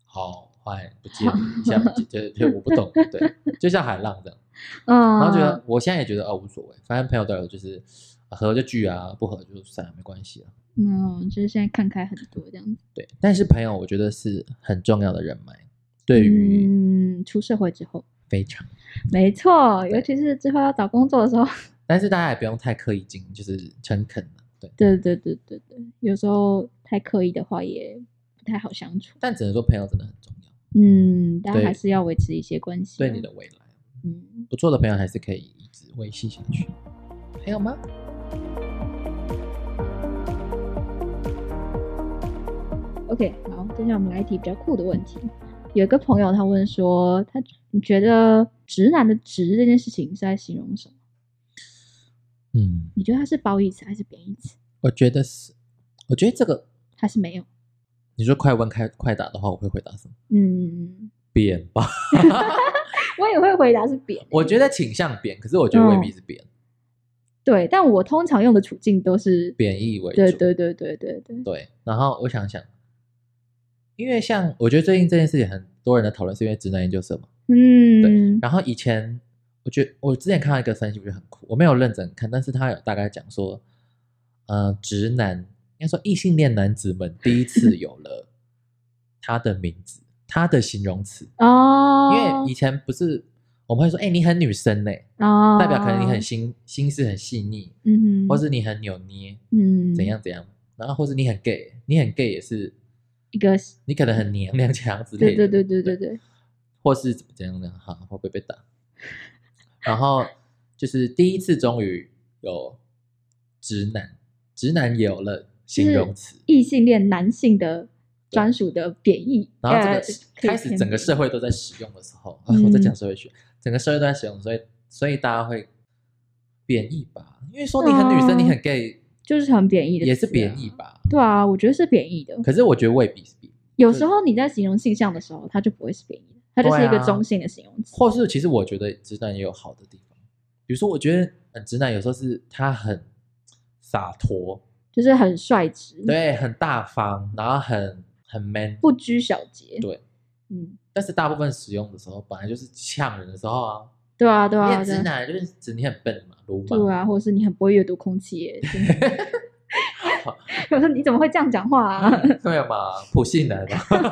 [SPEAKER 2] 好坏不见，一下不见，对对，我不懂，对，就像海浪这样，
[SPEAKER 1] 嗯，
[SPEAKER 2] 然后觉得我现在也觉得哦无所谓，反正朋友都有，就是啊合就聚啊，不合就散，没关系啊，
[SPEAKER 1] 嗯，就是现在看开很多这样子。
[SPEAKER 2] 对，但是朋友我觉得是很重要的人脉，对于
[SPEAKER 1] 嗯，出社会之后，
[SPEAKER 2] 非常。
[SPEAKER 1] 没错，
[SPEAKER 2] 对
[SPEAKER 1] 尤其是之后要找工作的时候， (laughs)
[SPEAKER 2] 但是大家也不用太刻意经营，就是诚恳了。对，
[SPEAKER 1] 对对对对对，有时候太刻意的话也不太好相处。
[SPEAKER 2] 但只能说朋友真的很重要，
[SPEAKER 1] 嗯，但
[SPEAKER 2] 对
[SPEAKER 1] 还是要维持一些关系啊。
[SPEAKER 2] 对你的未来，
[SPEAKER 1] 嗯，
[SPEAKER 2] 不错的朋友还是可以直维系下去。还有吗？
[SPEAKER 1] OK，好，接下来我们来一题比较酷的问题。有一个朋友他问说，他你觉得直男的“直”这件事情是在形容什么？
[SPEAKER 2] 嗯，
[SPEAKER 1] 你觉得它是褒义词还是贬义词？
[SPEAKER 2] 我觉得是，我觉得这个
[SPEAKER 1] 还是没有？
[SPEAKER 2] 你说快问开快答的话，我会回答什么？
[SPEAKER 1] 嗯，
[SPEAKER 2] 扁吧，
[SPEAKER 1] 我也会回答是贬。
[SPEAKER 2] 我觉得倾向扁，可是我觉
[SPEAKER 1] 嗯
[SPEAKER 2] 得未必是扁，
[SPEAKER 1] 对，但我通常用的处境都是。
[SPEAKER 2] 贬义为主。
[SPEAKER 1] 对对对对对对，
[SPEAKER 2] 对，然后我想想，因为像我觉得最近这件事情很多人的讨论是因为直男研究社嘛，
[SPEAKER 1] 嗯，
[SPEAKER 2] 然后以前我觉得我之前看到一个分析，我觉得很酷，我没有认真看，但是他有大概讲说，呃，直男应该说异性恋男子们第一次有了他的名字，他的形容词，
[SPEAKER 1] 哦，
[SPEAKER 2] 因为以前不是我们会说，哎、你很女生呢、
[SPEAKER 1] 哦，
[SPEAKER 2] 代表可能你很心心思很细腻，
[SPEAKER 1] 嗯哼，
[SPEAKER 2] 或是你很扭捏，
[SPEAKER 1] 嗯
[SPEAKER 2] 怎样怎样，然后或是你很 gay，你很 gay 也是
[SPEAKER 1] 一个，
[SPEAKER 2] 你可能很娘娘腔之类
[SPEAKER 1] 对
[SPEAKER 2] 的，
[SPEAKER 1] 对对对对对，
[SPEAKER 2] 或是怎么怎样的哈，会不会被打？然后就是第一次终于有直男，直男也有了形容词，
[SPEAKER 1] 异性恋男性的专属的贬义，
[SPEAKER 2] 然后这
[SPEAKER 1] 呃
[SPEAKER 2] 个
[SPEAKER 1] 可以
[SPEAKER 2] 开始
[SPEAKER 1] 偏
[SPEAKER 2] 整个
[SPEAKER 1] 贬
[SPEAKER 2] 社会都在使用的时候，啊
[SPEAKER 1] 嗯
[SPEAKER 2] 我在讲社会学，整个社会都在使用，所以所以大家会贬义吧，因为说你很女生，
[SPEAKER 1] 嗯
[SPEAKER 2] 你很 gay
[SPEAKER 1] 就是很贬义的、
[SPEAKER 2] 也是贬义。吧，
[SPEAKER 1] 对啊，我觉得是贬义的。
[SPEAKER 2] 可是我觉得未必是贬义，
[SPEAKER 1] 有时候你在形容性向的时候，它就不会是贬义的，它就是一个
[SPEAKER 2] 对啊
[SPEAKER 1] 中性的形容词。
[SPEAKER 2] 或是其实我觉得直男也有好的地方，比如说我觉得嗯，直男有时候是他很洒脱，
[SPEAKER 1] 就是很率直，，
[SPEAKER 2] 对，很大方，然后很很 man，
[SPEAKER 1] 不拘小节。
[SPEAKER 2] 对，
[SPEAKER 1] 嗯，
[SPEAKER 2] 但是大部分使用的时候，本来就是呛人的时候啊，
[SPEAKER 1] 对啊，对
[SPEAKER 2] 你
[SPEAKER 1] 啊，对
[SPEAKER 2] 很直
[SPEAKER 1] 啊，
[SPEAKER 2] 男就是指你很笨嘛，鲁莽，
[SPEAKER 1] 对啊，或者是你很不会阅读空气耶，真的
[SPEAKER 2] (laughs)
[SPEAKER 1] (laughs) 我说你怎么会这样讲话啊？ (laughs)
[SPEAKER 2] (laughs) 对嘛，普信男啊嘛，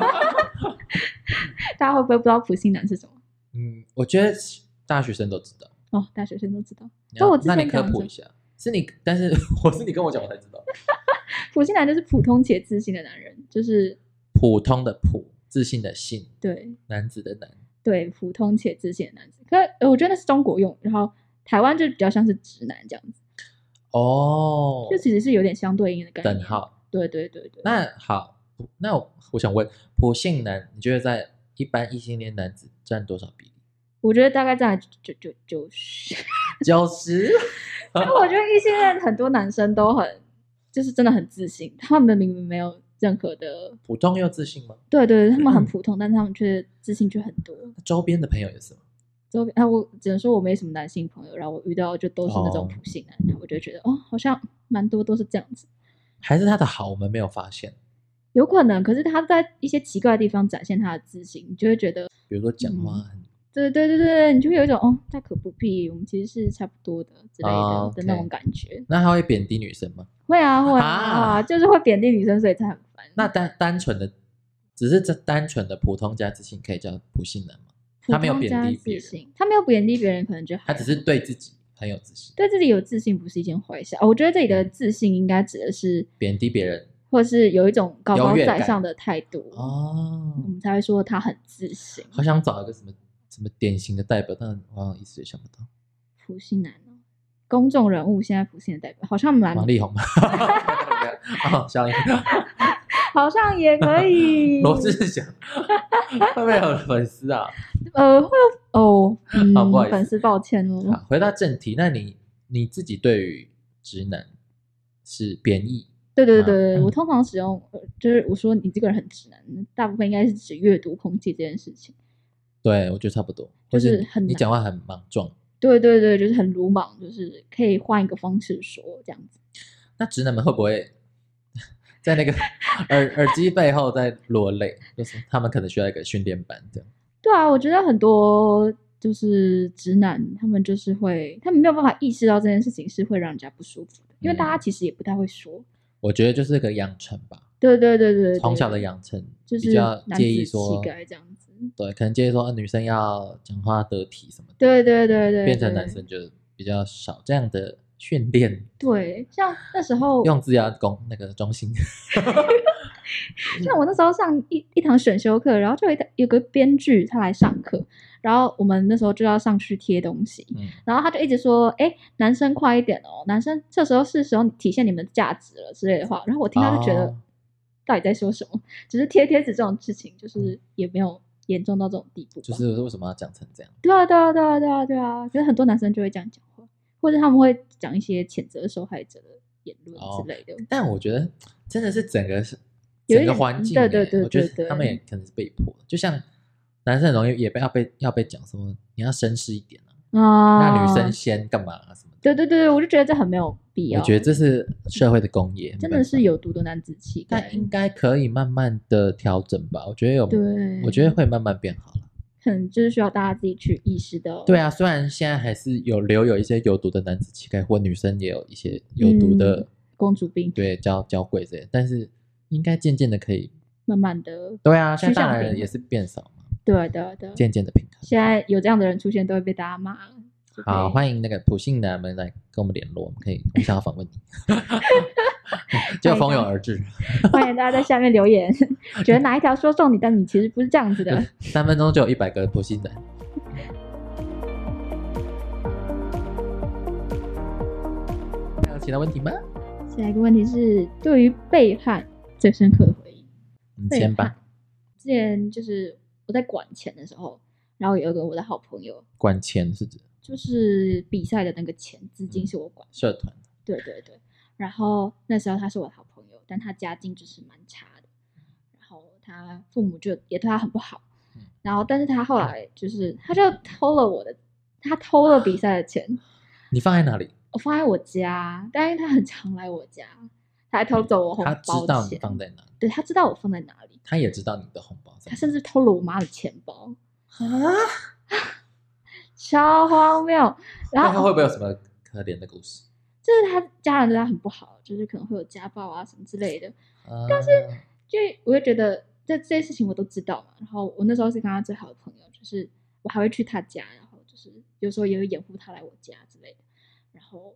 [SPEAKER 1] 大家会不会不知道普信男是什么？
[SPEAKER 2] (laughs) 嗯，我觉得大学生都知道，
[SPEAKER 1] 哦，大学生都知道，
[SPEAKER 2] 你
[SPEAKER 1] 那
[SPEAKER 2] 要
[SPEAKER 1] 我之
[SPEAKER 2] 那你
[SPEAKER 1] 前
[SPEAKER 2] 科
[SPEAKER 1] 讲
[SPEAKER 2] 普
[SPEAKER 1] 的
[SPEAKER 2] 一下，是你，但是 (laughs) 我是你跟我讲我才知道，
[SPEAKER 1] 普信男就是普通且自信的男人，就是
[SPEAKER 2] 普通的普，自信的信，
[SPEAKER 1] 对
[SPEAKER 2] 男子的男，
[SPEAKER 1] 对，普通且自信的男子。可呃我觉得那是中国用，然后台湾就比较像是直男这样子，
[SPEAKER 2] 哦
[SPEAKER 1] 就，其实是有点相对应的概念。
[SPEAKER 2] 等号。
[SPEAKER 1] 对对对对，
[SPEAKER 2] 那好，那我我想问，普信男，你觉得在一般异性恋男子占多少比例？
[SPEAKER 1] 我觉得大概在就就就，
[SPEAKER 2] (laughs)
[SPEAKER 1] 是，
[SPEAKER 2] 九十？
[SPEAKER 1] 因为我觉得异性恋很多男生都很，就是真的很自信，他们明明没有任何的，
[SPEAKER 2] 普通又自信吗？
[SPEAKER 1] 对对，对他
[SPEAKER 2] 嗯
[SPEAKER 1] 们很普通，但是他们却自信却很多。
[SPEAKER 2] 周边的朋友也是吗？
[SPEAKER 1] 周边啊，我只能说我没什么男性朋友，然后我遇到就都是那种
[SPEAKER 2] 哦
[SPEAKER 1] 普信男，然后我就觉得哦，好像蛮多都是这样子，
[SPEAKER 2] 还是他的好我们没有发现？
[SPEAKER 1] 有可能。可是他在一些奇怪的地方展现他的自信，你就会觉得，
[SPEAKER 2] 比如说讲话很、
[SPEAKER 1] 对对对对，你就会有一种哦，大可不必，我们其实是差不多的之类的、
[SPEAKER 2] 哦，OK
[SPEAKER 1] 的那种感觉。
[SPEAKER 2] 那他会贬低女生吗？
[SPEAKER 1] 会啊会啊，
[SPEAKER 2] 啊
[SPEAKER 1] 啊就是会贬低女生，所以才很烦。
[SPEAKER 2] 那单单纯的，只是这单纯的普通加自信可以叫普信男吗？
[SPEAKER 1] 普
[SPEAKER 2] 他没有
[SPEAKER 1] 通
[SPEAKER 2] 贬
[SPEAKER 1] 加
[SPEAKER 2] 低别
[SPEAKER 1] 自
[SPEAKER 2] 人
[SPEAKER 1] 信，他没有贬低别人，可能就还
[SPEAKER 2] 他只是对自己很有自信，
[SPEAKER 1] 对自己有自信，不是一件坏事、哦。我觉得这里的自信应该指的是，
[SPEAKER 2] 贬低别人
[SPEAKER 1] 或是有一种高高
[SPEAKER 2] 优越
[SPEAKER 1] 在
[SPEAKER 2] 感
[SPEAKER 1] 上的态度。
[SPEAKER 2] 哦。
[SPEAKER 1] 我们才会说他很自信。
[SPEAKER 2] 好想找一个什么什么典型的代表，但我好像一时也想不到。
[SPEAKER 1] 普信男哦，公众人物现在普信的代表好像蛮，
[SPEAKER 2] 王力宏吗？哦，小哦林，
[SPEAKER 1] 好像也可以。
[SPEAKER 2] (laughs) 罗志祥，会不会有粉丝啊？
[SPEAKER 1] 呃，会有哦，嗯，
[SPEAKER 2] 好不好意思
[SPEAKER 1] 粉丝抱歉
[SPEAKER 2] 好
[SPEAKER 1] 哦。，
[SPEAKER 2] 回到正题，那你你自己对于直男是贬义
[SPEAKER 1] 对对对对，
[SPEAKER 2] 嗯
[SPEAKER 1] 我通常使用呃就是我说你这个人很直男，大部分应该是指阅读空气这件事情。
[SPEAKER 2] 对，我觉得差不多，
[SPEAKER 1] 就
[SPEAKER 2] 或
[SPEAKER 1] 是
[SPEAKER 2] 你
[SPEAKER 1] 很
[SPEAKER 2] 你
[SPEAKER 1] 难
[SPEAKER 2] 讲话很莽撞。
[SPEAKER 1] 对对对，就是很鲁莽，就是可以换一个方式说这样子。
[SPEAKER 2] 那直男们会不会 (laughs) 在那个耳耳机背后在落泪？就是他们可能需要一个训练班这样。
[SPEAKER 1] 对啊，我觉得很多就是直男，他们就是会，他们没有办法意识到这件事情是会让人家不舒服的，因为大家
[SPEAKER 2] 嗯
[SPEAKER 1] 其实也不太会说。
[SPEAKER 2] 我觉得就是个养成吧，
[SPEAKER 1] 对对对对，对
[SPEAKER 2] 从小的养成，
[SPEAKER 1] 就是
[SPEAKER 2] 比较
[SPEAKER 1] 男
[SPEAKER 2] 介意
[SPEAKER 1] 子气
[SPEAKER 2] 说，
[SPEAKER 1] 概这样子。
[SPEAKER 2] 对，可能介意说、呃女生要讲话得体什么的。
[SPEAKER 1] 对对对对，
[SPEAKER 2] 变成
[SPEAKER 1] 对
[SPEAKER 2] 男。生就比较少这样的训练，
[SPEAKER 1] 对，像那时候，
[SPEAKER 2] 用字要公那个中心。
[SPEAKER 1] 像我那时候上一一堂选修课，然后就有一有个编剧他来上课，然后我们那时候就要上去贴东西，
[SPEAKER 2] (laughs) 嗯
[SPEAKER 1] 然后他就一直说：“哎，男生快一点哦，男生这时候是时候体现你们的价值了之类的话。”然后我听到就觉得、
[SPEAKER 2] 哦
[SPEAKER 1] 到底在说什么？ (laughs) 只是贴贴纸这种事情，就是也没有严重到这种地步吧。
[SPEAKER 2] 嗯就是为什么要讲成这样？
[SPEAKER 1] 对啊，对啊，对啊，对啊，对啊，就是很多男生就会这样讲话，或者他们会讲一些谴责受害者的言论
[SPEAKER 2] 哦
[SPEAKER 1] 之类的。
[SPEAKER 2] 但我觉得真的是整个是
[SPEAKER 1] 有
[SPEAKER 2] 整
[SPEAKER 1] 一
[SPEAKER 2] 个
[SPEAKER 1] 点
[SPEAKER 2] 环境欸、
[SPEAKER 1] 对对对
[SPEAKER 2] 我觉
[SPEAKER 1] 对对
[SPEAKER 2] 得他们也可能是被迫的，就像男生很容易也被要被要被讲说你要绅士一点啊，
[SPEAKER 1] 啊，
[SPEAKER 2] 那女生先干嘛啊什么的。
[SPEAKER 1] 对对对，我就觉得这很没有必要。
[SPEAKER 2] 我觉得这是社会的工业，
[SPEAKER 1] 哦真
[SPEAKER 2] 没
[SPEAKER 1] 的
[SPEAKER 2] 办法
[SPEAKER 1] 是有欸毒的男子气概
[SPEAKER 2] 但。应该可以慢慢的调整吧。我觉得有，
[SPEAKER 1] 对，
[SPEAKER 2] 我觉得会慢慢变好了。
[SPEAKER 1] 可能就是需要大家自己去意识到。
[SPEAKER 2] 对啊，虽然现在还是有留有一些有毒的男子气概，或女生也有一些有毒的，
[SPEAKER 1] 嗯公主病
[SPEAKER 2] 对交交鬼这些，但是应该渐渐的可以。
[SPEAKER 1] 慢慢的，
[SPEAKER 2] 对啊，现在
[SPEAKER 1] 趋向
[SPEAKER 2] 大
[SPEAKER 1] 平
[SPEAKER 2] 人
[SPEAKER 1] 衡
[SPEAKER 2] 也是变少嘛，
[SPEAKER 1] 对啊对对，
[SPEAKER 2] 渐渐的平衡。
[SPEAKER 1] 现在有这样的人出现，都会被大家骂。就被
[SPEAKER 2] 好，欢迎那个普信男们来跟我们联络，我们可以，我们想要访
[SPEAKER 1] (laughs)
[SPEAKER 2] 问你，就蜂拥而至。
[SPEAKER 1] 欢迎大家在下面留言， (laughs) 觉得哪一条说中你，但你其实不是这样子
[SPEAKER 2] (laughs)
[SPEAKER 1] 的。
[SPEAKER 2] 三分钟就有一百个普信男。还有其他问题吗？
[SPEAKER 1] 下一个问题是，对于背叛最深刻的回忆。
[SPEAKER 2] 你
[SPEAKER 1] 背
[SPEAKER 2] 先
[SPEAKER 1] 叛
[SPEAKER 2] 吧，。
[SPEAKER 1] 之前就是我在管钱的时候，然后有一个我的好朋友，
[SPEAKER 2] 管钱是指
[SPEAKER 1] 就是比赛的那个钱资
[SPEAKER 2] 嗯
[SPEAKER 1] 金是我管，
[SPEAKER 2] 社团，
[SPEAKER 1] 对对对。然后那时候他是我的好朋友，但他家境就是蛮差的，然后他父母就也对他很不好
[SPEAKER 2] 嗯，
[SPEAKER 1] 然后但是他后来就是他就偷了我的，他偷了比赛的钱，
[SPEAKER 2] 你放在哪里？
[SPEAKER 1] 我放在我家，但是他很常来我家，他还偷走我红
[SPEAKER 2] 他知
[SPEAKER 1] 包
[SPEAKER 2] 道你
[SPEAKER 1] 钱，
[SPEAKER 2] 放在哪里，
[SPEAKER 1] 对他知道我放在哪里，
[SPEAKER 2] 他也知道你的红包在
[SPEAKER 1] 他
[SPEAKER 2] 哪。
[SPEAKER 1] 甚至偷了我妈的钱包，
[SPEAKER 2] 啊，
[SPEAKER 1] 超荒谬。然
[SPEAKER 2] 那他
[SPEAKER 1] 后
[SPEAKER 2] 会不会有什么可怜的故事？
[SPEAKER 1] 就是他家人对他很不好，就是可能会有家暴啊什么之类的。
[SPEAKER 2] 但是
[SPEAKER 1] 就我就觉得这这些事情我都知道嘛。然后我那时候是跟他最好的朋友，就是我还会去他家，然后就是有时候也会掩护他来我家之类的。然后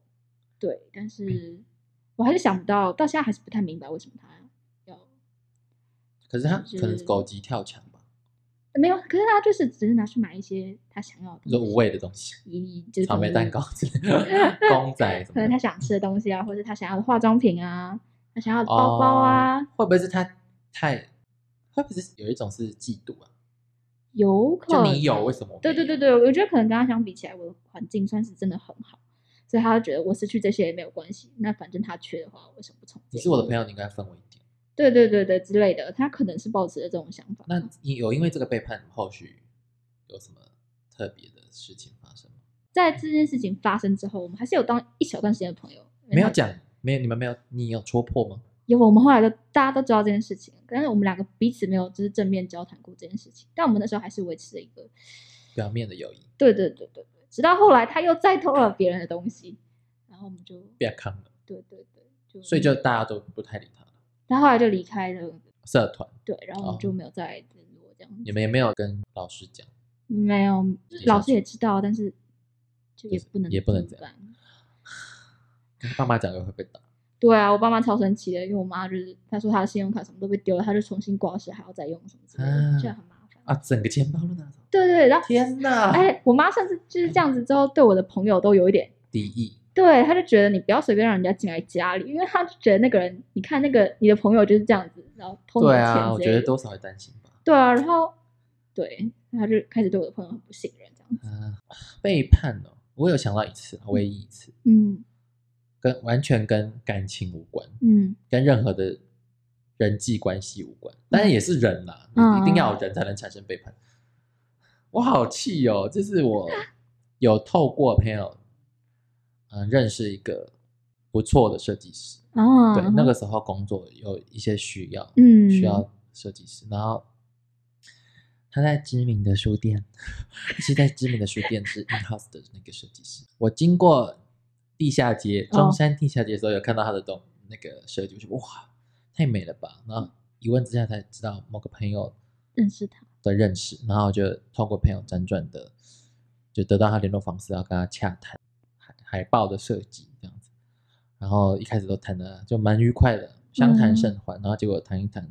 [SPEAKER 1] 对，但是我还是想不到，到现在还是不太明白为什么他要
[SPEAKER 2] 可是他
[SPEAKER 1] 就是
[SPEAKER 2] 可能是狗急跳墙吧，
[SPEAKER 1] 没有，可是他就是只是拿去买一些他想要的东西，
[SPEAKER 2] 就无谓的东西，
[SPEAKER 1] 以就是
[SPEAKER 2] 草莓蛋糕之类
[SPEAKER 1] (laughs)
[SPEAKER 2] 的，公仔什
[SPEAKER 1] 嗯可
[SPEAKER 2] 么
[SPEAKER 1] 能他
[SPEAKER 2] 的。
[SPEAKER 1] 想吃的东西啊，或者他想要的化妆品啊，他想要的包包啊，
[SPEAKER 2] 哦会不会是他太？会不会是有一种是嫉妒啊？
[SPEAKER 1] 有可
[SPEAKER 2] 就
[SPEAKER 1] 能
[SPEAKER 2] 你有，为什么我没
[SPEAKER 1] 对
[SPEAKER 2] 有？
[SPEAKER 1] 对对对，我觉得可能跟他相比起来，我的环境算是真的很好，所以他就觉得我失去这些也没有关系，那反正他缺的话，为什么不从？
[SPEAKER 2] 你是我的朋友，你应该分我一点。
[SPEAKER 1] 对对对对之类的，他可能是抱持着这种想法。
[SPEAKER 2] 那你有因为这个背叛后续有什么特别的事情发生吗？
[SPEAKER 1] 在这件事情发生之后，我们还是有当一小段时间的朋友，
[SPEAKER 2] 没有，讲，没有，你们没有，你有戳破吗？
[SPEAKER 1] 有我们后来都大家都知道这件事情，但是我们两个彼此没有就是正面交谈过这件事情，但我们那时候还是维持了一个，
[SPEAKER 2] 表面的友谊，
[SPEAKER 1] 对对对对对，直到后来他又再偷了别人的东西，然后我们就
[SPEAKER 2] 不要看了，
[SPEAKER 1] 对对对，就
[SPEAKER 2] 所以就大家都不太理他了。
[SPEAKER 1] 他后来就离开了。
[SPEAKER 2] 社团
[SPEAKER 1] 对，然后我们
[SPEAKER 2] 哦
[SPEAKER 1] 就没有再联络这样子。
[SPEAKER 2] 你们也没有跟老师讲，
[SPEAKER 1] 没有，就
[SPEAKER 2] 也
[SPEAKER 1] 是老
[SPEAKER 2] 想
[SPEAKER 1] 师也知道，但是就也
[SPEAKER 2] 就是
[SPEAKER 1] 不能
[SPEAKER 2] 也不能
[SPEAKER 1] 怎么
[SPEAKER 2] 这样
[SPEAKER 1] 办。
[SPEAKER 2] 跟爸妈讲又会被打。
[SPEAKER 1] 对啊，我爸妈超生气的，因为我妈就是她说她的信用卡什么都被丢了，她就重新挂失，还要再用什么之类的，这、
[SPEAKER 2] 啊
[SPEAKER 1] 很麻烦。
[SPEAKER 2] 啊，整个钱包都拿走。
[SPEAKER 1] 对对，然后
[SPEAKER 2] 天哪！
[SPEAKER 1] 哎、我妈甚至就是这样子之后，对我的朋友都有一点，
[SPEAKER 2] 敌意，
[SPEAKER 1] 对，她就觉得你不要随便让人家进来家里，因为她就觉得那个人，你看那个你的朋友就是这样子，然后偷你的
[SPEAKER 2] 对
[SPEAKER 1] 钱
[SPEAKER 2] 啊，我
[SPEAKER 1] 之
[SPEAKER 2] 觉
[SPEAKER 1] 类
[SPEAKER 2] 得
[SPEAKER 1] 的
[SPEAKER 2] 多少会担心吧。
[SPEAKER 1] 对啊，然后对，她就开始对我的朋友很不信任这样子，
[SPEAKER 2] 啊，背叛哦，我有想到一次，唯一一次，
[SPEAKER 1] 嗯
[SPEAKER 2] 跟完全跟感情无关，
[SPEAKER 1] 嗯
[SPEAKER 2] 跟任何的人际关系无关，当然也是人啦，
[SPEAKER 1] 嗯
[SPEAKER 2] 你一定要有人才能产生背叛。我好气哦，就是我有透过朋友，嗯、认识一个不错的设计师，
[SPEAKER 1] 啊，
[SPEAKER 2] 对，那个时候工作有一些需要，
[SPEAKER 1] 嗯
[SPEAKER 2] 需要设计师，然后他在知名的书店， (laughs) 是在知名的书店是 in house 的那个设计师。我经过地下街，中山地下街的时候有看到他的东那个设计，我就哇，太美了吧！然后一问之下才知道某个朋友
[SPEAKER 1] 认识他。
[SPEAKER 2] 的认识，然后就透过朋友辗转的，就得到他联络方式，要跟他洽谈海海报的设计这样子。然后一开始都谈的就蛮愉快的，相谈甚欢。然后结果谈一谈，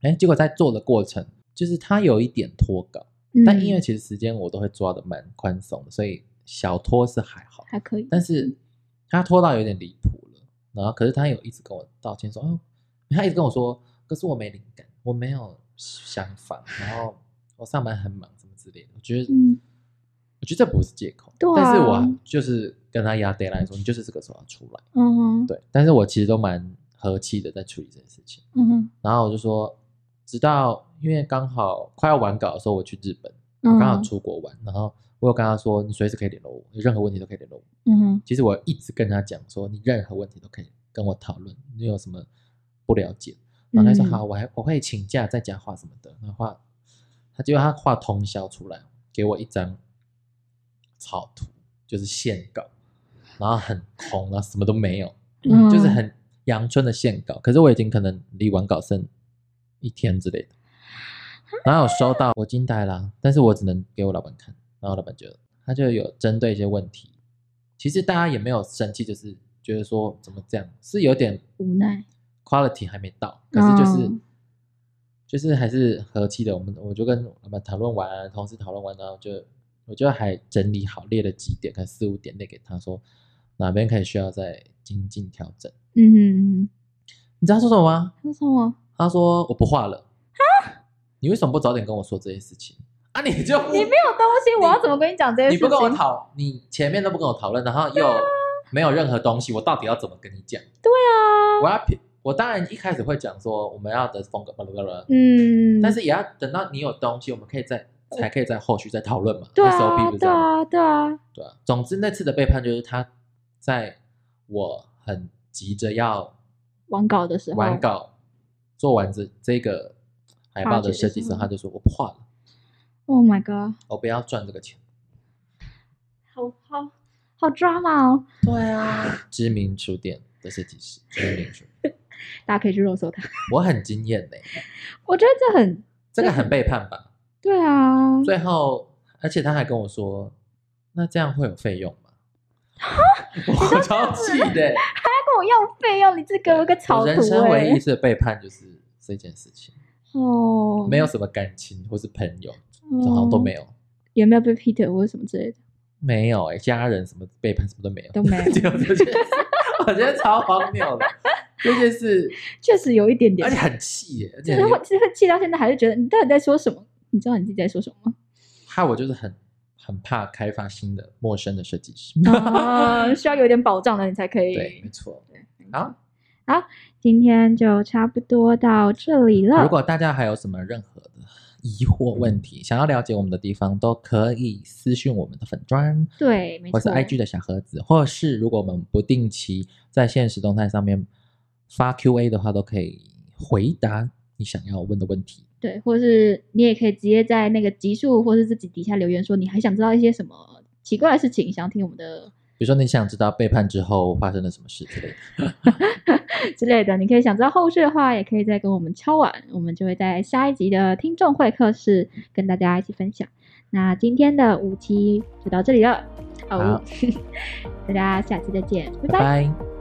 [SPEAKER 2] 哎，结果在做的过程，就是它有一点脱稿，
[SPEAKER 1] 嗯
[SPEAKER 2] 但因为其实时间我都会抓的蛮宽松的，所以小拖是还好，
[SPEAKER 1] 还可以，
[SPEAKER 2] 但是他拖到有点离谱了，然后可是他有一直跟我道歉说，哦，他一直跟我说，可是我没灵感，我没有想法，然后我上班很忙什么之类的，我觉得，
[SPEAKER 1] 嗯
[SPEAKER 2] 我觉得这不是借口，
[SPEAKER 1] 对啊
[SPEAKER 2] 但是我就是跟他压 d a y l i n e 说，你就是这个时候要出来，
[SPEAKER 1] 嗯哼，
[SPEAKER 2] 对，但是我其实都蛮和气的在处理这件事情，
[SPEAKER 1] 嗯哼，
[SPEAKER 2] 然后我就说，直到因为刚好快要完稿的时候，我去日本，我
[SPEAKER 1] 嗯
[SPEAKER 2] 刚好出国玩，然后我有跟他说，你随时可以联络我，有任何问题都可以联络我。
[SPEAKER 1] 嗯哼，
[SPEAKER 2] 其实我一直跟他讲说，你任何问题都可以跟我讨论，你有什么不了解，然后他说
[SPEAKER 1] 嗯
[SPEAKER 2] 好，我还我会请假在家画什么的，然后画，他结果他画通宵出来，给我一张草图，就是线稿，然后很空，然后什么都没有，
[SPEAKER 1] 嗯
[SPEAKER 2] 就是很阳春的线稿，可是我已经可能离完稿剩一天之类的，然后有收到，我惊呆啦，但是我只能给我老板看，然后老板就他就有针对一些问题，其实大家也没有生气，就是觉得说怎么这样，是有点
[SPEAKER 1] 无奈，
[SPEAKER 2] quality 还没到，可是就是、
[SPEAKER 1] 嗯
[SPEAKER 2] 就是还是和气的。我们我就跟我们讨论完，同事讨论完，然后就我就还整理好列了几点，可能四五点列给他说哪边可以需要再精进调整。
[SPEAKER 1] 嗯，
[SPEAKER 2] 你知道他说什么吗？
[SPEAKER 1] 那什么？
[SPEAKER 2] 他说我不画了。你为什么不早点跟我说这些事情啊？你就
[SPEAKER 1] 啊你没有东西，我要怎么跟你讲这些事
[SPEAKER 2] 你
[SPEAKER 1] 情？
[SPEAKER 2] 不跟我讨，你前面都不跟我讨论，然后又没有任何东西，我到底要怎么跟你讲？
[SPEAKER 1] 对啊，
[SPEAKER 2] 我要撇我当然一开始会讲说我们要的风格，巴拉巴拉，
[SPEAKER 1] 嗯，
[SPEAKER 2] 但是也要等到你有东西，我们可以再才可以在后续再讨论嘛。
[SPEAKER 1] 对
[SPEAKER 2] SOP
[SPEAKER 1] 啊，
[SPEAKER 2] 不是这
[SPEAKER 1] 对
[SPEAKER 2] 样吗
[SPEAKER 1] 啊，对啊，
[SPEAKER 2] 对啊。总之那次的背叛就是他在我很急着要
[SPEAKER 1] 完稿的时候，
[SPEAKER 2] 完稿做完这这个海报的设计时候，他
[SPEAKER 1] 发觉嗯
[SPEAKER 2] 就说我不画了，
[SPEAKER 1] ，Oh my god，
[SPEAKER 2] 我不要赚这个钱。
[SPEAKER 1] 好好好 drama 哦，
[SPEAKER 2] 对啊， (laughs) 知名书店的设计师，知名书店，
[SPEAKER 1] 大家可以去肉搜他，
[SPEAKER 2] 我很惊艳呢、
[SPEAKER 1] 我觉得这很
[SPEAKER 2] 这个很背叛
[SPEAKER 1] (laughs)
[SPEAKER 2] 吧？
[SPEAKER 1] 对啊，
[SPEAKER 2] 最后，而且他还跟我说，那这样会有费用吗？ (laughs) 我超气的，
[SPEAKER 1] 跟我要费用，你只给我一个草
[SPEAKER 2] 我
[SPEAKER 1] 图、
[SPEAKER 2] 人生唯一一
[SPEAKER 1] 欸，
[SPEAKER 2] 次的背叛就是这件事情，
[SPEAKER 1] 哦，
[SPEAKER 2] 没有什么感情或是朋友，
[SPEAKER 1] 嗯，
[SPEAKER 2] 好像都没有，
[SPEAKER 1] 也没有被 Peter 或者什么之类的，
[SPEAKER 2] 没有哎、家人什么背叛什么都没有，
[SPEAKER 1] 都 (laughs)
[SPEAKER 2] (laughs)
[SPEAKER 1] 没有
[SPEAKER 2] 只有这件事，我觉得超荒谬的，这
[SPEAKER 1] (laughs)
[SPEAKER 2] 件事，
[SPEAKER 1] 确实有一点点
[SPEAKER 2] 而且，很气耶，而且
[SPEAKER 1] 就是
[SPEAKER 2] 很
[SPEAKER 1] 会其实气到现在还是觉得你到底在说什么？你知道你自己在说什么
[SPEAKER 2] (laughs)
[SPEAKER 1] 吗？
[SPEAKER 2] 害我就是很很怕开发新的陌生的设计师， (laughs)
[SPEAKER 1] 啊，需要有点保障的你才可以。
[SPEAKER 2] 对，没错。
[SPEAKER 1] 对，
[SPEAKER 2] 好，
[SPEAKER 1] 今天就差不多到这里了。
[SPEAKER 2] 如果大家还有什么任何的疑惑问题，
[SPEAKER 1] 嗯
[SPEAKER 2] 想要了解我们的地方，都可以私讯我们的粉砖，
[SPEAKER 1] 对，没
[SPEAKER 2] 或
[SPEAKER 1] 错，
[SPEAKER 2] 是 IG 的小盒子，或是如果我们不定期在现实动态上面发 Q&A 的话，都可以回答你想要问的问题。
[SPEAKER 1] 对，或是你也可以直接在那个集数或是自己底下留言说你还想知道一些什么奇怪的事情，想要听我们的
[SPEAKER 2] 比如说你想知道背叛之后发生了什么事之类
[SPEAKER 1] (laughs)
[SPEAKER 2] 的，
[SPEAKER 1] 之类的，你可以想知道后续的话，也可以再跟我们敲碗，我们就会在下一集的听众会客室跟大家一起分享。那今天的五期就到这里了，
[SPEAKER 2] 好
[SPEAKER 1] (laughs) 哦，大家下期再见，拜
[SPEAKER 2] 拜拜